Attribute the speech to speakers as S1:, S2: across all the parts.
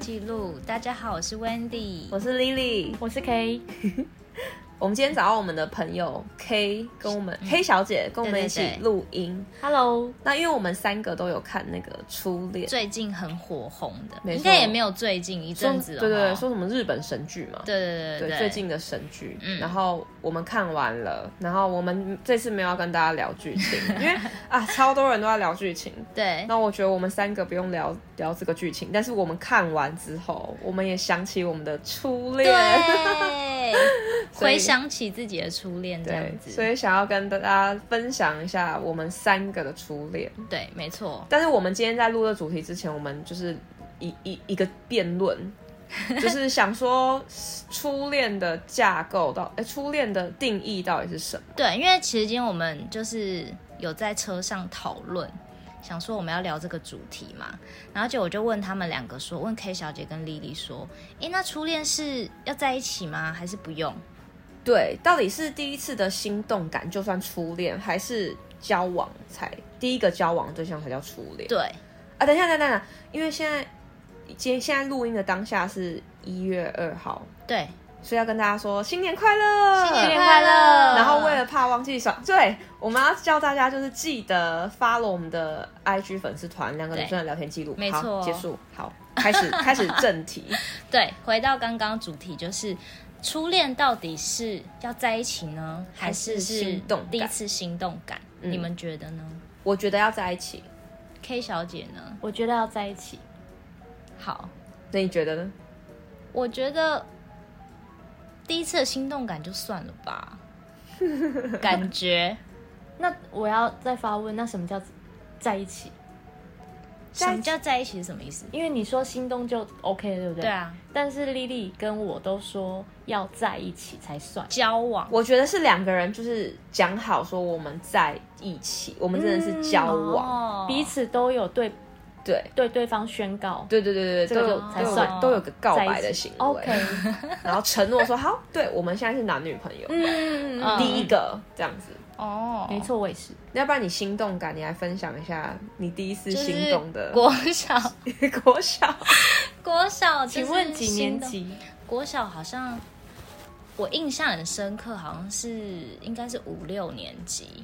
S1: 记录。大家好，我是 Wendy。
S2: 我是 Lily。
S3: 我是 K，
S2: 我们今天找到我们的朋友 K 跟我们、K 小姐跟我们
S1: 嗯
S2: 一
S1: 对对
S2: 起
S1: 对
S2: 录音。
S3: Hello，
S2: 那因为我们三个都有看那个《初恋》，
S1: 最近很火红的，
S2: 没错
S1: 应该也没有最近一
S2: 说
S1: 阵子了
S2: 对对对，
S1: 哈
S2: 说什么日本神剧嘛。
S1: 对对对
S2: 对
S1: 对，
S2: 最近的神剧，
S1: 嗯
S2: 然后我们看完了，然后我们这次没有要跟大家聊剧 情，因为啊，超多人都在聊剧情。
S1: 对
S2: 那我觉得我们三个不用聊聊这个剧情，但是我们看完之后，我们也想起我们的初恋，
S1: 对，
S2: 所以
S1: 回想起自己的初恋这样
S2: 对，
S1: 子，
S2: 所以想要跟大家分享一下我们三个的初恋。
S1: 对，没错，
S2: 但是我们今天在录这主题之前，我们就是一一一个辩 论，就是想说初恋的架构到，哎、初恋的定义到底是什么？
S1: 对，因为其实今天我们就是有在车上讨论。想说我们要聊这个主题嘛，然后就我就问他们两个说，问 K 小姐跟 Lily 说，诶，那初恋是要在一起吗？还是不用？
S2: 对，到底是第一次的心动感就算初恋，还是交往才第一个交往对象才叫初恋？
S1: 对，
S2: 啊，等一下，等一下等一下，因为现在今天现在录音的当下是一月二号，
S1: 对，
S2: 所以要跟大家说新年快乐，
S1: 新年
S3: 快乐
S1: 快乐。
S3: 嗯
S2: 然后为了怕忘记爽，对，我们要教大家就是记得 follow 我们的 IG 粉丝团两个女生的聊天记录。
S1: 没
S2: 好
S1: 错
S2: 结束，好，开始 开始正题。
S1: 对，回到刚刚主题，就是初恋到底是要在一起呢，还是
S2: 还是
S1: 是
S2: 心动感
S1: 第一次心动感？
S2: 嗯
S1: 你们觉得呢
S2: 我觉得要在一起，
S1: ？K 小姐呢？
S3: 我觉得要在一起，
S1: 好，
S2: 那你觉得呢？
S1: 我觉得第一次的心动感就算了吧，感觉
S3: 那我要再发问，那什么叫在一起？
S1: 什么叫在一起是什么意思？
S3: 因为你说心动就 OK 了，对不对？
S1: 对。啊，
S3: 但是莉莉跟我都说要在一起才算，
S1: 交往
S2: 我觉得是两个人就是讲好说我们在一起，我们真的是交
S3: 嗯
S2: 往，
S1: 哦
S3: 彼此都有对
S2: 对。
S3: 对对方宣告
S2: 对对对对
S3: 这
S2: 对，
S3: 个
S2: 都有
S3: 就
S2: 都
S3: 才
S2: 有
S3: 算
S2: 都有个告白
S3: 在
S2: 的
S3: 一
S2: 行
S3: 起
S2: 为
S3: OK，
S2: 然后承诺说好，对我们现在是男女朋友，
S3: 嗯，
S1: 嗯
S2: 第一个这样子。
S1: 哦，
S3: 没。错，我也是。
S2: 要不然你心动感，你来分享一下你第一次
S1: 就是
S2: 心动的
S1: 国小，
S2: 国小，
S1: 国小就是
S3: 请问几
S1: 心
S3: 年
S1: 动
S3: 级？
S1: 国小好像我印象很深刻，好像是应该是五六年级。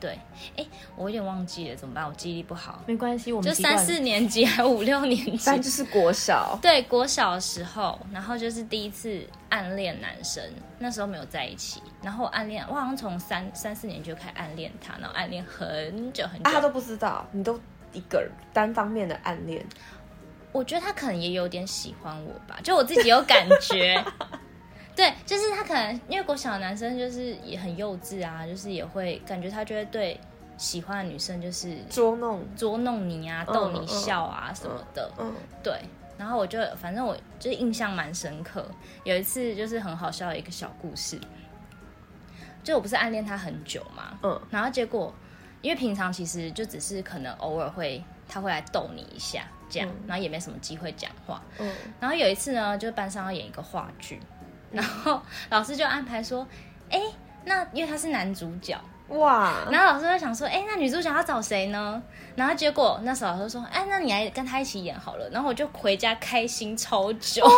S1: 对，哎，我有点忘记了，怎么办？我记忆力不好，
S3: 没关系，我们
S1: 就
S3: 习惯
S1: 三
S3: 了
S1: 四年级还五六年
S2: 反正
S1: 级。
S2: 就是国 小。
S1: 对，国小的时候，然后就是第一次暗恋男生，那时候没有在一起，然后暗恋，我好像从三三四年级就开始暗恋他，然后暗恋很久很久。
S2: 啊，他都不知道，你都一个人单方面的暗恋，
S1: 我觉得他可能也有点喜欢我吧，就我自己有感 觉。对，就是他可能因为国小的男生就是也很幼稚啊，就是也会感觉他就会对喜欢的女生就是
S2: 捉弄，
S1: 捉弄你啊、
S2: 嗯
S1: 逗你笑啊什么的。
S2: 嗯，
S1: 对，然后我就反正我就是印象蛮深刻，有一次就是很好笑的一个小故事，就我不是暗恋他很久嘛，
S2: 嗯，
S1: 然后结果因为平常其实就只是可能偶尔会他会来逗你一下这样，
S2: 嗯
S1: 然后也没什么机会讲话，
S2: 嗯，
S1: 然后有一次呢，就是班上要演一个话剧，然后 老师就安排说，哎、那因为他是男主角，
S2: 哇，
S1: 然后老师就想说，哎、那女主角要找谁呢？然后结果那时候老师说，哎、那你来跟他一起演好了。然后我就回家开心超久，
S2: 哦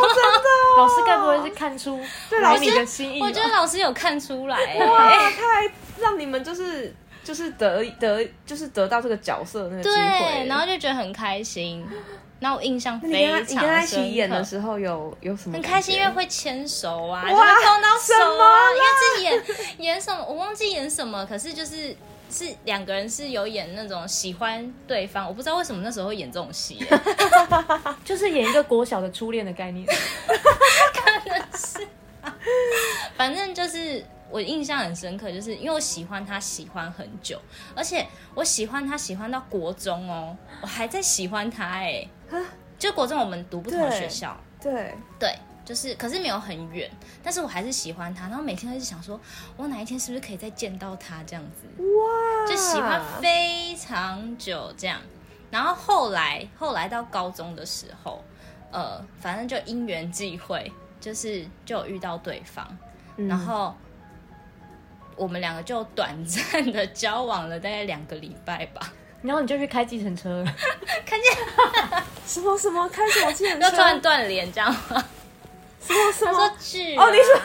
S3: 老师该不会是看出
S2: 对老
S3: 来
S2: 师
S3: 你的心意吧？
S1: 我觉得老师有看出来、哎
S2: 哇，他还让你们就是就是得得就是得到这个角色的那个机
S1: 对，
S2: 会，
S1: 然后就觉得很开心。然后我印象
S2: 那你
S1: 非
S2: 跟
S1: 常
S2: 他你
S1: 深
S2: 跟
S1: 刻。
S2: 他一起演的时候有有什么
S1: 很
S2: 感觉？
S1: 开心，因为会牵手啊，
S2: 哇
S1: 就会碰到手
S2: 什么
S1: 啊
S2: 啦，
S1: 因为是演演什么，我忘记演什么，可是就是是两个人是有演那种喜欢对方，我不知道为什么那时候会演这种戏、欸
S3: 就是演一个国小的初恋的概念。
S1: 反正就是我印象很深刻，就是因为我喜欢他喜欢很久，而且我喜欢他喜欢到国中哦，我还在喜欢他哎、
S2: 啊
S1: 就国中我们读不同的
S2: 对
S1: 学校，
S2: 对，
S1: 对，就是可是没有很远，但是我还是喜欢他，然后每天都是想说，我哪一天是不是可以再见到他这样子，
S2: 哇，
S1: 就喜
S2: 啊
S1: 欢非常久这样。然后后来后来到高中的时候，呃，反正就因缘际会，就是就有遇到对方，
S2: 嗯
S1: 然后。我们两个就短暂的交往了大概两个礼拜吧，
S3: 然后你就去开计程车了，
S2: 什么什么开什么计程
S1: 要
S2: 车，
S1: 突然断联这样吗？
S2: 什么什
S1: 他
S2: 么
S1: 说剧
S2: 哦，你说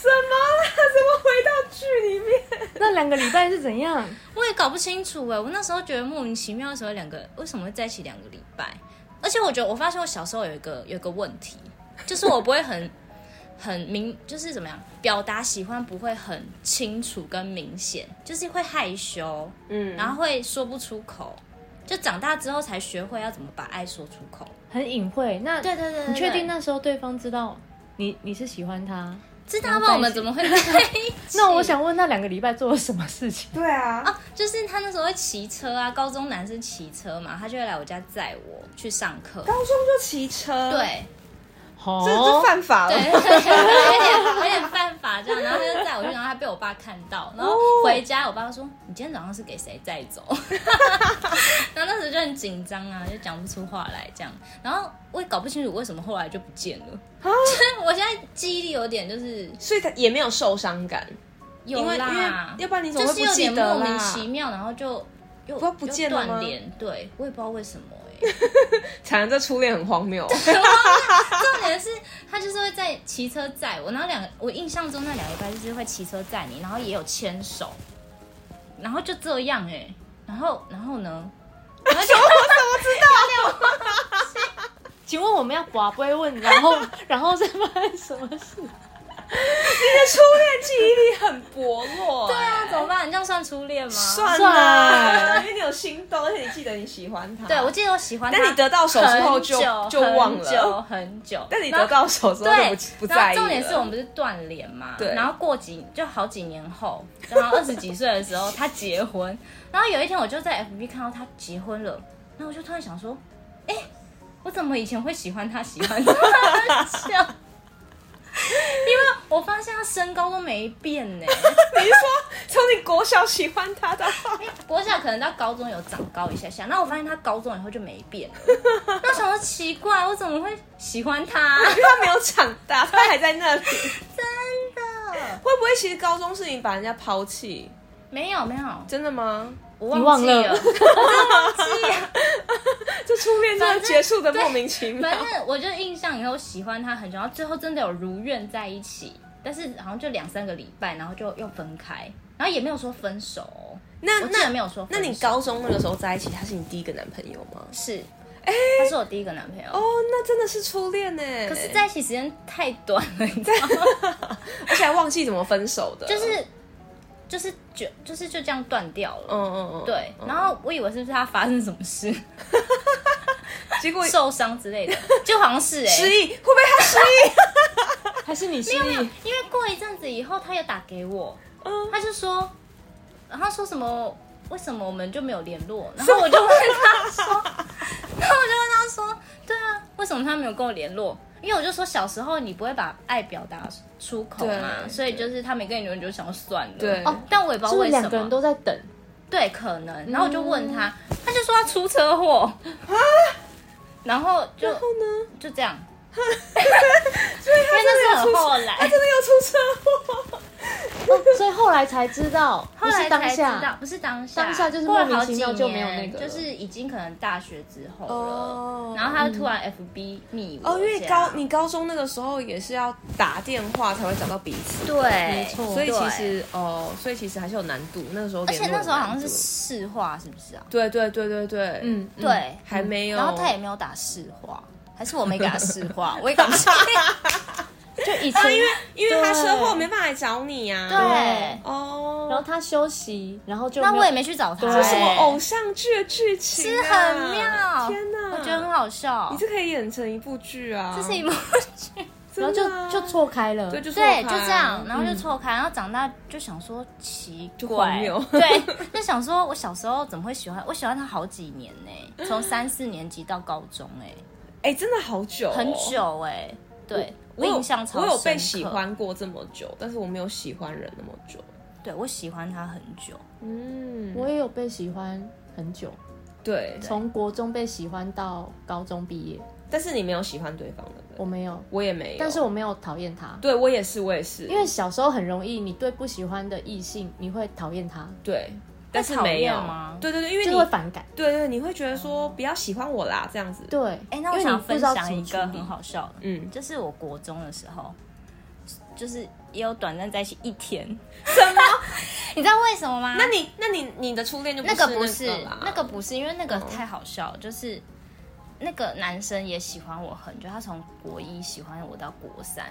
S2: 什么啦？怎么回到剧里面？
S3: 那两个礼拜是怎样？
S1: 我也搞不清楚哎、我那时候觉得莫名其妙，为什么两个为什么会在一起两个礼拜？而且我觉得我发现我小时候有一个有一个问题，就是我不会很 很明，就是怎么样表达喜欢不会很清楚跟明显，就是会害羞，
S2: 嗯
S1: 然后会说不出口。就长大之后才学会要怎么把爱说出口。
S3: 很隐晦。那
S1: 对对对对
S3: 你确
S1: 对
S3: 定那时候对方知道你你是喜欢他？
S1: 知道吗？我们怎么会在一起？
S3: 那我想问，那两个礼拜做了什么事情？
S2: 对啊，
S1: 哦，就是他那时候会骑车啊，高中男生骑车嘛，他就会来我家载我去上课。
S2: 高中就骑车，，
S1: 对，
S3: 哦
S2: 这这犯法了
S1: 对，。 有点有点犯法这样，然后他就载我去，然后他被我爸看到，
S2: 哦
S1: 然后回家，我爸说：“你今天早上是给谁载走？” 然后那时候就很紧张啊，就讲不出话来这样，然后我也搞不清楚为什么后来就不见了，
S2: 啊
S1: 就是 我现在记忆力有点就是
S2: 所以他也没有受伤感，
S1: 有
S2: 因为因为
S1: 啦，
S2: 要不然你怎么
S1: 就
S2: 会
S1: 是有
S2: 不记
S1: 点
S2: 得
S1: 莫
S2: 啦
S1: 名其妙，然后就又
S2: 不知道不见了
S1: 又
S2: 吗
S1: 断联，对我也不知道为什么哎、欸。
S2: 惨了，这初恋很荒 谬。
S1: 重点是他就是会在骑车载我，然后两个我印象中那两个礼拜就是会骑车载你，然后也有牵手，然后就这样哎、欸，然后然后 呢？然后就
S3: 请问我们要寡不会问，然后 然后再发生什么事？
S2: 你的初恋记忆力很薄弱、啊对啊
S1: 那怎么办？你这样算初恋吗？
S2: 算
S3: 算
S2: 了，因为你有心动，而且你记得你喜欢他。
S1: 对，我记得我喜欢他很
S2: 但
S1: 久。
S2: 你得到手之后就就忘
S1: 很久
S2: 了，
S1: 很久。
S2: 但你
S1: 然后
S2: 得到手之后就
S1: 对，
S2: 不不
S1: 然
S2: 在
S1: 后
S2: 意
S1: 重点是我们
S2: 了
S1: 不是断联嘛，
S2: 对
S1: 然后过几就好几年后，然后二十几岁的时候他结婚， 然后有一天我就在 FB 看到他结婚了，然后我就突然想说，哎、我怎么以前会喜欢他，喜 欢他这样？因为我发现他身高都没变 呢、
S2: 你是说从你国小喜欢他到
S1: 国小可能到高中有长高一下下，那我发现他高中以后就没变了。那我想说奇怪，我怎么会喜欢他？
S2: 他没有长大，他还在 那里。
S1: 真的
S2: 会不会其实高中是你把人家抛弃？
S1: 没有没有，
S2: 真的吗？
S1: 我
S3: 你
S1: 忘
S3: 忘
S1: 记
S3: 了
S1: 了，
S2: 这初恋真的结束的莫名其妙
S1: 反。正我就印象以后喜欢他很久，然后最后真的有如愿在一起，但是好像就两三个礼拜，然后就又分开，然后也没有说分手哦、
S2: 那
S1: 我记得
S2: 啊那
S1: 没有说分
S2: 那
S1: 手
S2: 你高中那个时候在一起，他是你第一个男朋友吗？
S1: 是，他是我第一个男朋友，
S2: 哎哦，那真的是初恋欸呢。
S1: 可是在一起时间太短了，你知道 吗？
S2: 而且还忘记怎么分手的，
S1: 就是就是就就是就这样断掉了。
S2: 嗯嗯嗯，
S1: 对，然后我以为是不是他发生什么事，
S2: 结果
S1: 受伤之类的，就好像是哎、
S2: 失忆，会不会他失忆？
S3: 还是你失忆？
S1: 因为过一阵子以后，他又打给我，
S2: 嗯，
S1: 他就说，然后说什么？为什么我们就没有联络？然后我就问他说， 然后我就问他说，对啊，为什么他没有跟我联络？因为我就说小时候你不会把爱表达出口嘛，
S2: 对
S1: 所以就是他没跟你联络你就想要算了。
S2: 对
S1: 哦，但我也不知道
S3: 是不
S1: 为
S3: 是
S1: 什
S3: 两个人
S1: 么。
S3: 都在等？
S1: 对，可能。然后我就问他，
S2: 嗯
S1: 他就说他出车祸然后就
S2: 啊然后呢？
S1: 就 这样，
S2: 对，
S1: 因为那是很
S2: 他真的有出
S1: 后
S2: 车，
S1: 来
S2: 他，真的有出车祸。
S3: 哦所以后来才知道，
S1: 后
S3: 不
S1: 来
S3: 是当
S1: 才知道
S3: 下，，
S1: 不是当下，
S3: 当下就是
S1: 过了
S3: 莫名
S1: 好
S3: 其
S1: 几
S3: 妙就没有
S1: 年
S3: 那个了
S1: 就是已经可能大学之后了，
S2: 哦
S1: 然后他就突然 FB 密我
S2: 哦，因为
S1: 这样
S2: 高你高中那个时候也是要打电话才会找到彼此，
S1: 对，没
S3: 错
S2: 所以其
S1: 对
S2: 实哦，所以其实还是有难度。那个时候
S1: 而
S2: 联
S1: 且
S2: 络
S1: 那
S2: 有
S1: 时
S2: 难度，
S1: 候好像是市话，是不是啊？
S2: 对对对对对，
S3: 嗯，嗯
S1: 对，
S2: 还没有，
S1: 然后他也没有打市话，还是我没给他市话， 我也搞不清楚。
S3: 就以前，
S2: 因为他车祸
S3: 对
S2: 没办法来找你呀、
S1: 对，
S3: 对
S2: 哦，
S3: 然后他休息，然后就
S1: 那
S3: 有
S1: 我也没去找他，
S3: 对
S2: 这是什么
S1: 哎
S3: 哦
S2: 偶像剧的剧情、
S1: 是
S2: 啊？
S1: 很妙，
S2: 天哪，
S1: 我觉得很。好笑
S2: 你，这可以演成一部剧啊！
S1: 这是一部剧。
S2: 真
S3: 然后
S2: 的啊，
S3: 就就错开了，
S2: 对，就错
S1: 对，
S2: 开嗯
S1: 就这样，然后就错开，然后长大就想说奇
S2: 就荒
S1: 怪
S2: 谬，
S1: 对，就想说我小时候怎么会喜欢？我喜欢他好几年呢、从三四年级到高中哎、
S2: 哎、真的好久、哦，
S1: 很。久哎、对，我
S2: 有
S1: 印象超
S2: 我有被
S1: 深刻
S2: 喜，欢过这么久，但是我没有喜欢人那么久。
S1: 对我喜欢他很久，
S2: 嗯，
S3: 我也有被喜欢很久，
S2: 对，
S3: 从国中被喜欢到高中毕业，
S2: 但是你没有喜欢对方的，
S3: 我没有，
S2: 我也没有。
S3: 但是我没有讨厌他，
S2: 对我也是，我也是，
S3: 因为小时候很容易，你对不喜欢的异性，你会讨厌他，
S2: 对但是没有
S1: 讨厌吗
S2: 对对对，因为你
S3: 就会反感。
S2: 对对，你会觉得说不要喜欢我啦，这样子。
S3: 对，
S1: 哎、
S3: 因
S1: 那我
S3: 为你
S1: 想
S3: 不
S1: 分
S3: 知道
S1: 享
S3: 怎么
S1: 一个
S3: 处理
S1: 很好笑的，
S2: 嗯，
S1: 就是我国中的时候，就是也有短暂在一起一天。
S2: 什么？
S1: 你知道为什么吗？
S2: 那你那你你的初恋就
S1: 那
S2: 个
S1: 个不是
S2: 啦嗯
S1: 那个不是，因为那个太好笑了，就是那个男生也喜欢我很久，他从国一喜欢我到国三，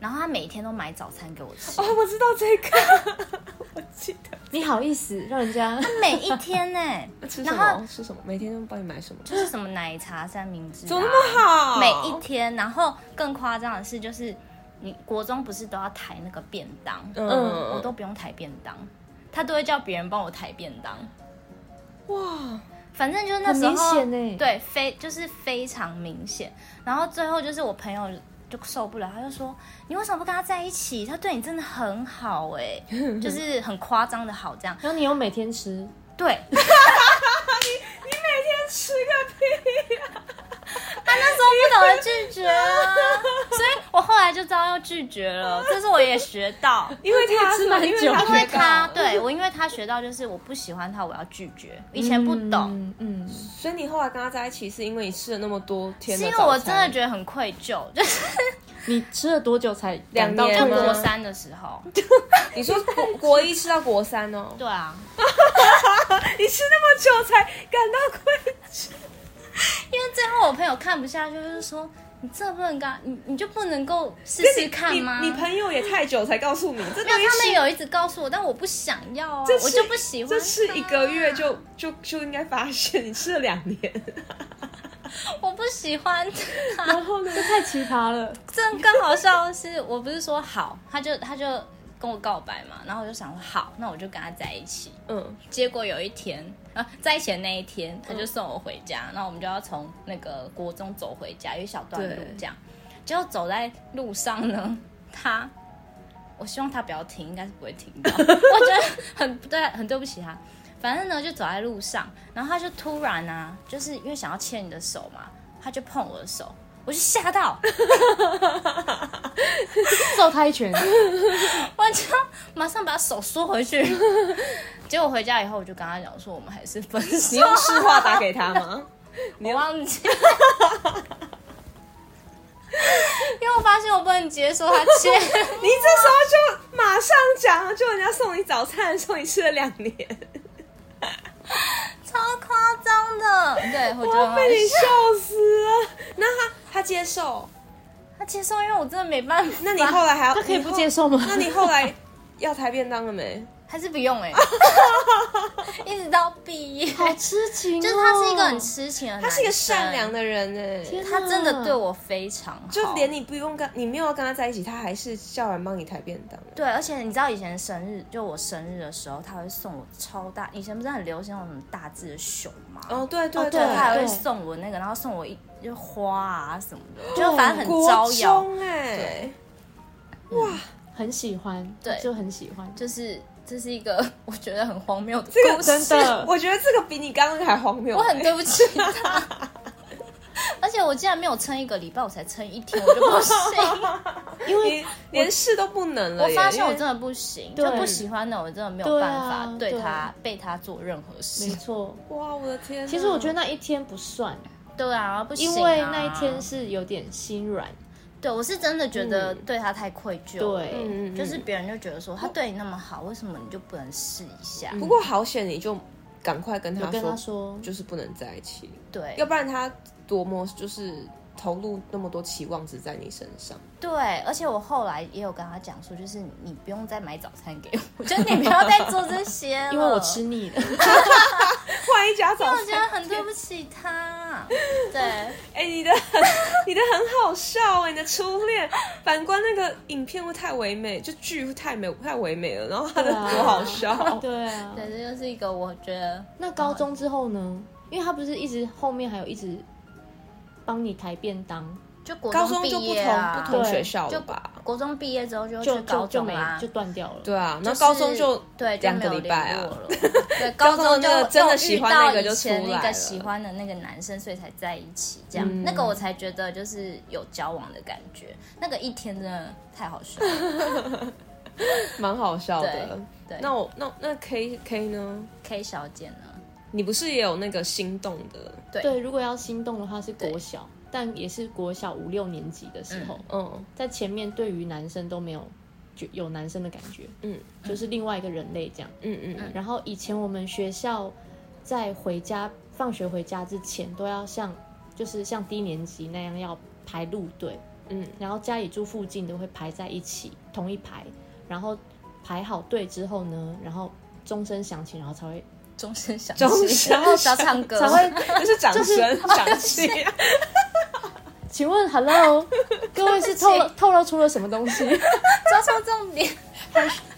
S1: 然后他每天都买早餐给我吃，
S2: 哦，我知道这个，
S3: 你好意思让人 家？
S1: 每一天 呢、
S2: 吃什
S1: 然后
S2: 么吃什么，每天都帮你买什么，
S1: 就是什么奶茶三明治、啊，
S2: 怎么那么好？
S1: 每一天，然后更夸张的是，就是你国中不是都要抬那个便当，
S2: 嗯
S1: 嗯，我都不用抬便当，他都会叫别人帮我抬便当。
S2: 哇，
S1: 反正就是那时候，
S3: 很明显欸
S1: 对，非就是非常明显。然后最后就是我朋友就受不了，他就说：“你为什么不跟他在一起？他对你真的很好哎、 就是很夸张的好这样。
S3: 然后你又每天吃，”
S1: 对，
S2: 吃个 啊
S1: 他那时候不懂得拒绝啊，所以我后来就知道要拒绝了。这是我也学到，
S2: 因为他
S3: 吃蛮久
S2: 因为他
S1: 因为
S2: 学到
S1: 他，对我，因为他学到就是我不喜欢他，我要拒绝。以前不懂，
S3: 嗯，嗯，
S2: 所以你后来跟他在一起，是因为你吃了那么多天
S1: 是
S2: 的
S1: 因
S2: 早餐，
S1: 为我真的觉得很愧疚，就是
S3: 你吃了多久才感到
S2: 两
S1: 就
S2: 年吗
S1: 国三的时候，
S2: 得你说 国国一吃到国三哦，
S1: 对啊，
S2: 你吃那么久才感到愧疚，
S1: 因为最后我朋友看不下去，他就说你这不能干，你你就不能够试试看吗？
S2: 你你朋友也太久才告诉你，这
S1: 没有，
S2: 东西
S1: 他们有一直告诉我，但我不想要啊
S2: 这，是
S1: 我就不喜欢。啊
S2: 这吃一个月，就就就应该发现，你吃了两年。
S1: 我不喜欢他。
S3: 然后呢？这太奇葩了，
S1: 这更好笑的是，我不是说好，他就他就跟我告白嘛，然后我就想说好，那我就跟他在一起。
S2: 嗯，
S1: 结果有一天，啊，在一起的那一天，他就送我回家，那、我们就要从那个国中走回家，有一小段路
S2: 对
S1: 这样。结果走在路上呢，他，我希望他不要听，应该是不会听到，我觉得很不对，很对不起他。反正呢，就走在路上，然后他就突然啊，就是因为想要牵你的手嘛，他就碰我的手，我就吓到，
S3: 揍他 一拳，
S1: 我就马上把手缩回去。 结果回家以后，我就跟他讲说，我们还是分手
S2: 你。用市话打给他吗？
S1: 我忘记了，因为我发现我不能接受他切，
S2: 你这时候就马上讲，就人家送你早餐的时候，你吃了两年，
S1: 超夸张的。对，我觉得
S2: 我
S1: 很
S2: 要
S1: 好
S2: 被你
S1: 笑
S2: 笑死了。那他他接受，
S1: 他接受，因为我真的没办法。
S2: 那你后来还要
S3: 他可以不
S2: 你后
S3: 接受吗？
S2: 那你后来要抬便当了没？
S1: 还是不用 哎、一直到毕业，
S3: 好痴情哦，
S1: 就是他是一个很痴情的男生，
S2: 他是一个善良的人哎、
S3: 天哪
S1: 他真的对我非常好，
S2: 就连你不用跟你没有要跟他在一起，他还是叫人帮你抬便当欸。
S1: 对，而且你知道以前生日，就我生日的时候，他会送我超大，以前不是很流行那种很大只的熊吗？
S2: 哦，对对
S3: 哦
S1: 对，
S2: 对，
S1: 他还会
S3: 对
S1: 送我那个，然后送我一就花啊什么的，
S3: 对
S1: 就反正很招
S2: 国
S1: 摇，
S2: 中欸哎、
S3: 很喜欢，
S1: 对
S3: 就很喜欢，
S1: 就是这是一个 我觉得很荒谬的
S2: 这
S1: 故
S2: 个
S1: 事，
S3: 真的
S2: 我觉得这个比你刚刚那个还荒谬 欸、
S1: 我很对不起他。 而且我竟然没有撑一个礼拜，我才撑一天，我就不 行。
S3: 因为
S2: 你连试都不能了
S1: 我
S2: 耶。
S1: 发现我
S2: 因为
S1: 真的不行，
S3: 对
S1: 就不喜欢的我真的没有
S3: 对
S1: 办
S3: 啊
S1: 法对
S3: 对
S1: 他被他做任何
S3: 没
S1: 事。
S3: 错。
S2: 哇，我的天啊！
S3: 其实我觉得那一天不算，
S1: 对啊，不行啊、
S3: 因为那一天是有点心软，
S1: 对我是真的觉得
S2: 嗯
S1: 对他太愧疚。
S3: 对，
S2: 嗯，嗯嗯
S1: 就是别人就觉得说他对你那么好，为什么你就不能试一下？
S3: 嗯
S2: 不过好险，你就赶快跟他
S3: 有
S2: 说，
S3: 跟他说，
S2: 就是不能在一起，
S1: 对
S2: 要不然他多么就是投入那么多期望值在你身上。
S1: 对，而且我后来也有跟他讲说，就是你不用再买早餐给我， 我觉得你不要再做这些了，
S3: 因为我吃。腻 了，
S2: 换一家早
S1: 我觉得
S2: 餐，
S1: 很对不起他，对，
S2: 哎、你的 你的很好笑哎、你的初恋。反观那个影片会太唯美，就剧会太美太唯美了，然后他 的
S3: 对啊
S2: 多好笑。
S3: 对啊。
S1: 对，这就是一个我觉得
S3: 那高中之后呢？因为他不是一直后面还有一直帮你抬便当，
S1: 就国
S2: 高中
S1: 毕
S2: 就不
S1: 业
S2: 同、
S1: 啊，
S2: 不同
S3: 对
S2: 学校
S1: 就
S2: 了吧？
S1: 国中毕业之后就
S3: 就
S1: 去
S3: 就
S1: 高
S3: 就
S1: 中
S3: 没
S1: 啦，
S3: 就断掉了。
S2: 对啊，那
S1: 是
S2: 高中就
S1: 对就
S2: 两
S1: 没
S2: 个
S1: 有
S2: 礼拜
S1: 联
S2: 啊
S1: 络。了 对，高中
S2: 高中那
S1: 就
S2: 个真的
S1: 又
S2: 喜
S1: 遇
S2: 欢
S1: 到
S2: 那个
S1: 以
S2: 就出
S1: 前那
S2: 来
S1: 个
S2: 了
S1: 喜欢的那个男生，所以才在一起这样，
S2: 嗯
S1: 那个我才觉得就是有交往的感觉。那个一天真的太好笑了，
S2: 蛮好笑的。
S1: 对
S2: 那我那那 K K 呢？
S1: K 小姐呢？
S2: 你不是也有那个心动的？
S1: 对
S3: 对，如果要心动的话是国小，但也是国小五六年级的时候，
S2: 嗯
S3: 在前面对于男生都没有就有男生的感觉，
S2: 嗯
S3: 就是另外一个人类这样。
S2: 嗯嗯嗯，
S3: 然后以前我们学校在回家放学回家之前都要像就是像低年级那样要排路队，
S2: 嗯，
S3: 然后家里住附近的会排在一起同一排，然后排好队之后呢，然后钟声响起，然后才会
S1: 钟声响起，
S2: 钟声响
S1: 然后要唱歌，
S2: 才会就是掌
S3: 就是
S2: 声响起。
S3: 请问，Hello，各位是 透露透露出了什么东西
S1: 抓住重点。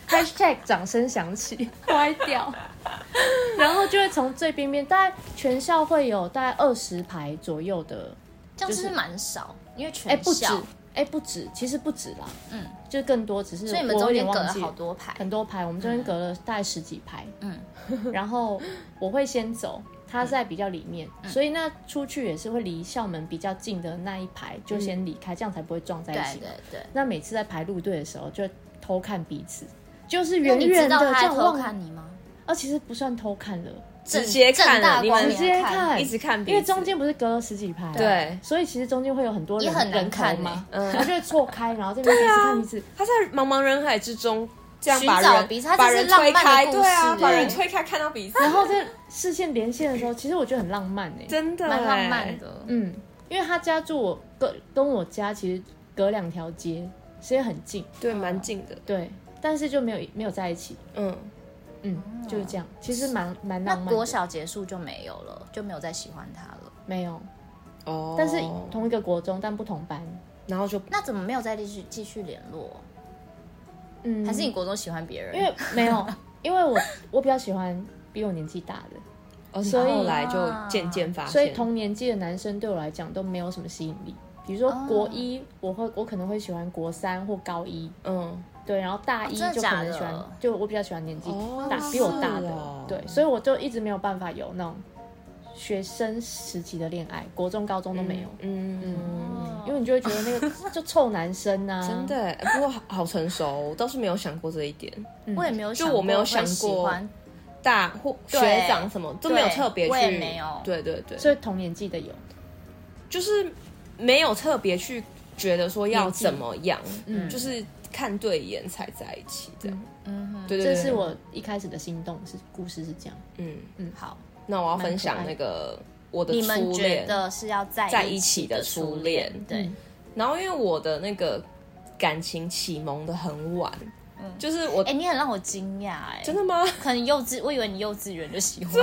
S3: ？#hashtag 掌声响起，歪掉， 然后就会从最边边，大概全校会有大概二十排左右的，
S1: 这样是不是
S3: 就是
S1: 蛮少，因为
S3: 哎、
S1: 全
S3: 不止
S1: 校，，
S3: 哎、不止，其实不止啦，
S1: 嗯，
S3: 就更多，只是
S1: 所以你们
S3: 我有
S1: 中间
S3: 点
S1: 隔
S3: 忘
S1: 了
S3: 记
S1: 好多排，
S3: 很多排，我们中间隔了大概十几排，
S1: 嗯，
S3: 然后我会先走，他在比较里面，
S1: 嗯
S3: 所以那出去也是会离校门比较近的那一排就先离开，这样才不会撞在
S1: 对
S3: 一起。
S1: 嗯对对。
S3: 那每次在排路队的时候，就偷看彼此，就是
S1: 那
S3: 远
S1: 你
S3: 远
S1: 知
S3: 的
S1: 道
S3: 这
S1: 他在
S3: 样
S1: 偷
S3: 望，
S1: 看你吗？
S3: 啊，其实不算偷看了，
S2: 直
S1: 正
S2: 接
S1: 正
S2: 看
S1: 大
S2: 了，你
S1: 光
S2: 们
S1: 明
S2: 直
S1: 直
S2: 接
S1: 接看
S2: 一直看彼
S3: 因
S2: 此，
S3: 为中间不是隔了十几排，啊
S2: 对
S3: 所以其实中间会有很多
S1: 嗯
S3: 人
S1: 也很难
S3: 人头
S1: 看
S3: 嘛，
S2: 欸嗯
S3: 然后就会错开，然后这边彼此看彼
S1: 啊
S3: 此，
S2: 他在茫茫人海之中这样
S1: 寻
S2: 把
S1: 找
S2: 人
S1: 彼此他这
S2: 把
S1: 是
S2: 人
S1: 浪
S2: 推
S1: 漫的
S2: 开，
S1: 故
S2: 对啊，
S1: 事
S2: 把
S1: 欸
S2: 人推开看到彼此，
S3: 然后在视线连线的时候，其实我觉得很浪漫哎、
S2: 真的
S1: 蛮浪
S2: 欸
S1: 漫。的，
S3: 嗯，因为他家住我跟跟我家其实隔两条街，所以很近，
S2: 对，蛮近的，
S3: 对，但是就没有没有在一起，
S2: 嗯，
S3: 嗯，就是这样，其实蛮蛮
S1: 哦那
S3: 浪漫的。
S1: 国小结束就没有了，就没有再喜欢他了。
S3: 没有，
S2: 哦，
S3: 但是同一个国中，但不同班，
S2: 然后就
S1: 那怎么没有再继续继续联络？
S3: 嗯，
S1: 还是你国中喜欢别人？
S3: 因为没有，因为我我比较喜欢比我年纪大的，
S2: 哦，
S3: 所以
S2: 后来就渐渐发现，
S3: 所以同年纪的男生对我来讲都没有什么吸引力。比如说
S1: 哦
S3: 国一，我会我可能会喜欢国三或高一，
S2: 嗯，
S3: 对，然后大一
S1: 哦真的
S3: 就可
S1: 假
S3: 能
S1: 的
S3: 喜欢，就我比较喜欢年纪
S2: 哦
S3: 大、比我大
S2: 是
S3: 的，
S2: 哦
S3: 对，所以我就一直没有办法有那种学生时期的恋爱，国中、高中都没有，
S2: 嗯嗯，
S1: 哦
S3: 因为你就会觉得那个 就臭男生啊，
S2: 真的，欸，不过好好成熟哦，我倒是没有想过这一点。
S3: 嗯，
S1: 我也没有
S2: 就
S1: 想过
S2: 我没有
S1: 会
S2: 想
S1: 喜
S2: 过
S1: 欢
S2: 大或学
S1: 对
S2: 长什么都没有特别
S1: 对我也
S2: 去，
S1: 没有
S2: 对对对，
S3: 所以同年纪的有，
S2: 就是没有特别去觉得说要
S3: 年纪
S2: 怎么样，
S3: 嗯
S2: 就是看对眼才在一起这样。
S1: 嗯哼，
S2: 对对对，
S3: 这是
S2: 对，
S3: 我一开始的心动是故事是这样，
S2: 嗯，
S1: 好。
S2: 那我要分享
S3: 蛮可
S2: 那
S3: 爱
S2: 个我的
S1: 你们
S2: 初
S1: 觉
S2: 恋，
S1: 得是要在
S2: 在一
S1: 一
S2: 起的
S1: 的
S2: 初
S1: 恋
S2: 恋？
S1: 对
S3: 嗯，
S2: 然后因为我的那个感情启蒙的很晚，
S3: 嗯
S2: 就是我、
S1: 哎、你很让我惊讶哎，
S2: 真的吗？
S1: 可能幼稚，我以为你幼稚园就喜欢，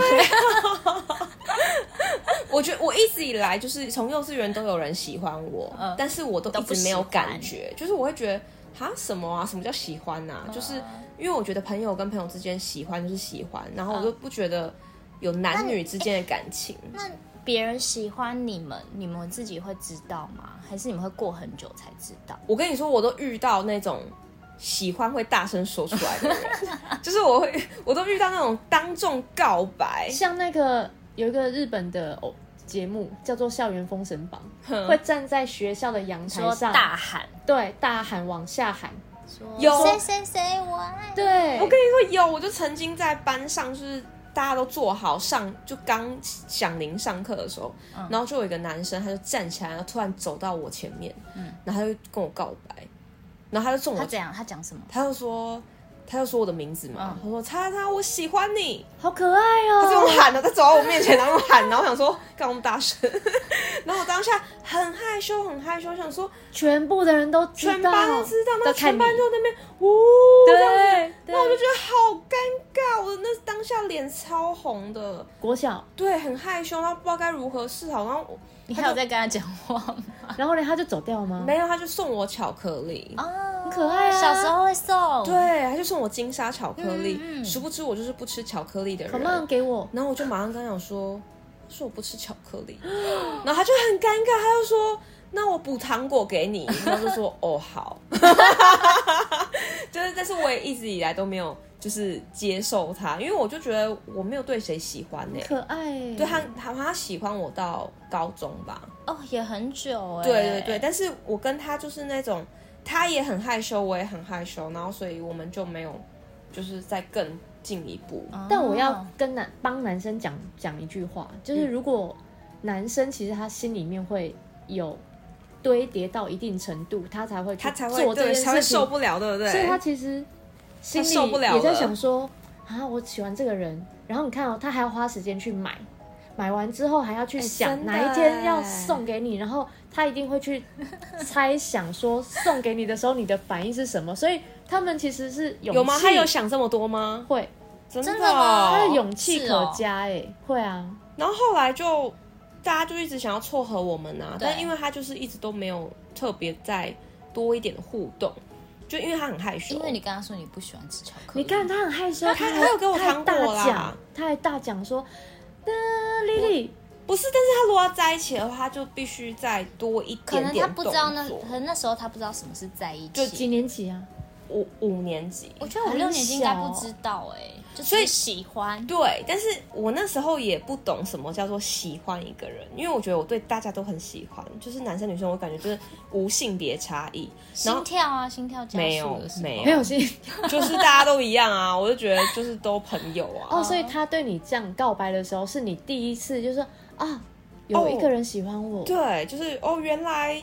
S2: 我觉得我一直以来就是从幼稚园都有人喜欢我，
S1: 嗯
S2: 但是我都
S1: 都
S2: 一
S1: 不
S2: 直没有
S1: 喜欢
S2: 感觉，就是我会觉得哈什么啊，什么叫喜欢呐、就是因为我觉得朋友跟朋友之间喜欢就是喜欢，然后我就不觉得有男女之间的感情。
S1: 那别人喜欢你们，你们自己会知道吗？还是你们会过很久才知道？
S2: 我跟你说，我都遇到那种喜欢会大声说出来的人， 就是我会，我都遇到那种当众告白，
S3: 像那个有一个日本的偶节目叫做《校园封神榜》，
S2: 嗯
S3: 会站在学校的阳台
S1: 说
S3: 上，
S1: 大喊，
S3: 对，大喊往下喊，
S1: 说
S2: 有
S1: 谁谁谁我爱你，
S3: 对，
S2: 我跟你说有，我就曾经在班上，就是大家都坐好上，就刚响铃上课的时候，
S3: 嗯
S2: 然后就有一个男生，他就站起来，然后突然走到我前面，嗯，然后他就跟我告白，然后他就冲
S1: 他
S2: 我，
S1: 怎样？他讲什么？
S2: 他就说。他就说我的名字嘛，
S3: 嗯
S2: 他说叉叉，我喜欢你，
S3: 好可爱哦、
S2: 他这种喊的，他走到我面前，然后用喊，然后我想说干嘛那么大声， 然后我当下很害羞，很害羞，想说
S3: 全部的人都知道，
S2: 全班都知道，那
S3: 都
S2: 全
S3: 看你
S2: 班就在那边，呜，这样子
S3: 对，对
S2: 那我就觉得好尴尬，我的那当下脸超红的，
S3: 国小，
S2: 对，很害羞，然后不知道该如何是好。然后我
S1: 你还有在跟他讲话 吗？
S3: 然后呢，他就走掉吗？
S1: 嗯
S2: 没有，他就送我巧克力，
S1: 啊，很
S3: 可爱啊
S1: 小时候会送，
S2: 对，他就送我金沙巧克力。
S1: 嗯嗯
S2: 殊不知我就是不吃巧克力的人。
S3: 好慢给我，
S2: 然后我就马上跟他讲说，说我不吃巧克力，然后他就很尴尬，他就说。那我补糖果给你，然后就说 哦好，就是，但是我也一直以来都没有就是接受他，因为我就觉得我没有对谁喜欢欸呢、
S3: 可爱耶，
S2: 对他，他他喜欢我到高中吧。
S1: 哦，也很久哎、
S2: 对对对，，但是我跟他就是那种，他也很害羞，我也很害羞，然后所以我们就没有就是再更进一步。
S1: 哦
S3: 但我
S2: 哦
S3: 要跟男帮男生讲讲一句话，
S2: 嗯
S3: 就是如果男生其实他心里面会有堆叠到一定程度，他才会去
S2: 他才会
S3: 做这
S2: 对，
S3: 件
S2: 才会
S3: 事
S2: 受
S3: 情，
S2: 不了，对不对？
S3: 所以他其实心
S2: 受不
S3: 里
S2: 了
S3: 也在
S2: 了
S3: 想说啊，我喜欢这个人，然后你看哦，他还要花时间去买。买完之后还要去
S2: 哎
S3: 想
S2: 真的
S3: 哪一天要
S2: 哎
S3: 送给你，然后他一定会去猜想说送给你的时候你的反应是什么，所以他们其实是勇气
S2: 有吗？他有哦想这么多吗？
S3: 会，
S2: 真
S1: 真
S2: 的
S1: 的吗
S2: 哦
S3: 他的勇气
S1: 是哦
S3: 可嘉哎、会啊，
S2: 然后后来就大家就一直想要撮合我们啊，
S1: 对
S2: 但因为他就是一直都没有特别再多一点的互动，就因为他很害羞。
S1: 因为你跟他说你不喜欢吃巧克力，
S3: 你看他很害羞，他
S2: 哦他有给我
S3: 他还
S2: 糖果
S3: 大
S2: 啦
S3: 讲，他还大讲说，呃那丽丽
S2: 不是，但是他如果要在一起的话，他就必须再多一
S1: 可
S2: 点
S1: 能
S2: 点
S1: 他不知道那，
S2: 动作
S1: 可能那时候他不知道什么是在一
S2: 就
S1: 起。
S3: 几年级啊？
S2: 五五年级。
S1: 我觉得我六年级应该不知道哎、就
S2: 所
S1: 是
S2: 以
S1: 喜欢，
S2: 对，但是我那时候也不懂什么叫做喜欢一个人，因为我觉得我对大家都很喜欢，就是男生女生，我感觉就是无性别差异，然后
S1: 心跳啊，心跳加
S2: 没有
S1: 速的时候
S2: 没有
S3: 没有心
S2: 就是大家都一样啊，我就觉得就是都朋友啊。
S3: 哦，所以他对你这样告白的时候，是你第一次就说啊，有
S2: 哦
S3: 一个人喜欢我，
S2: 对，就是哦，原来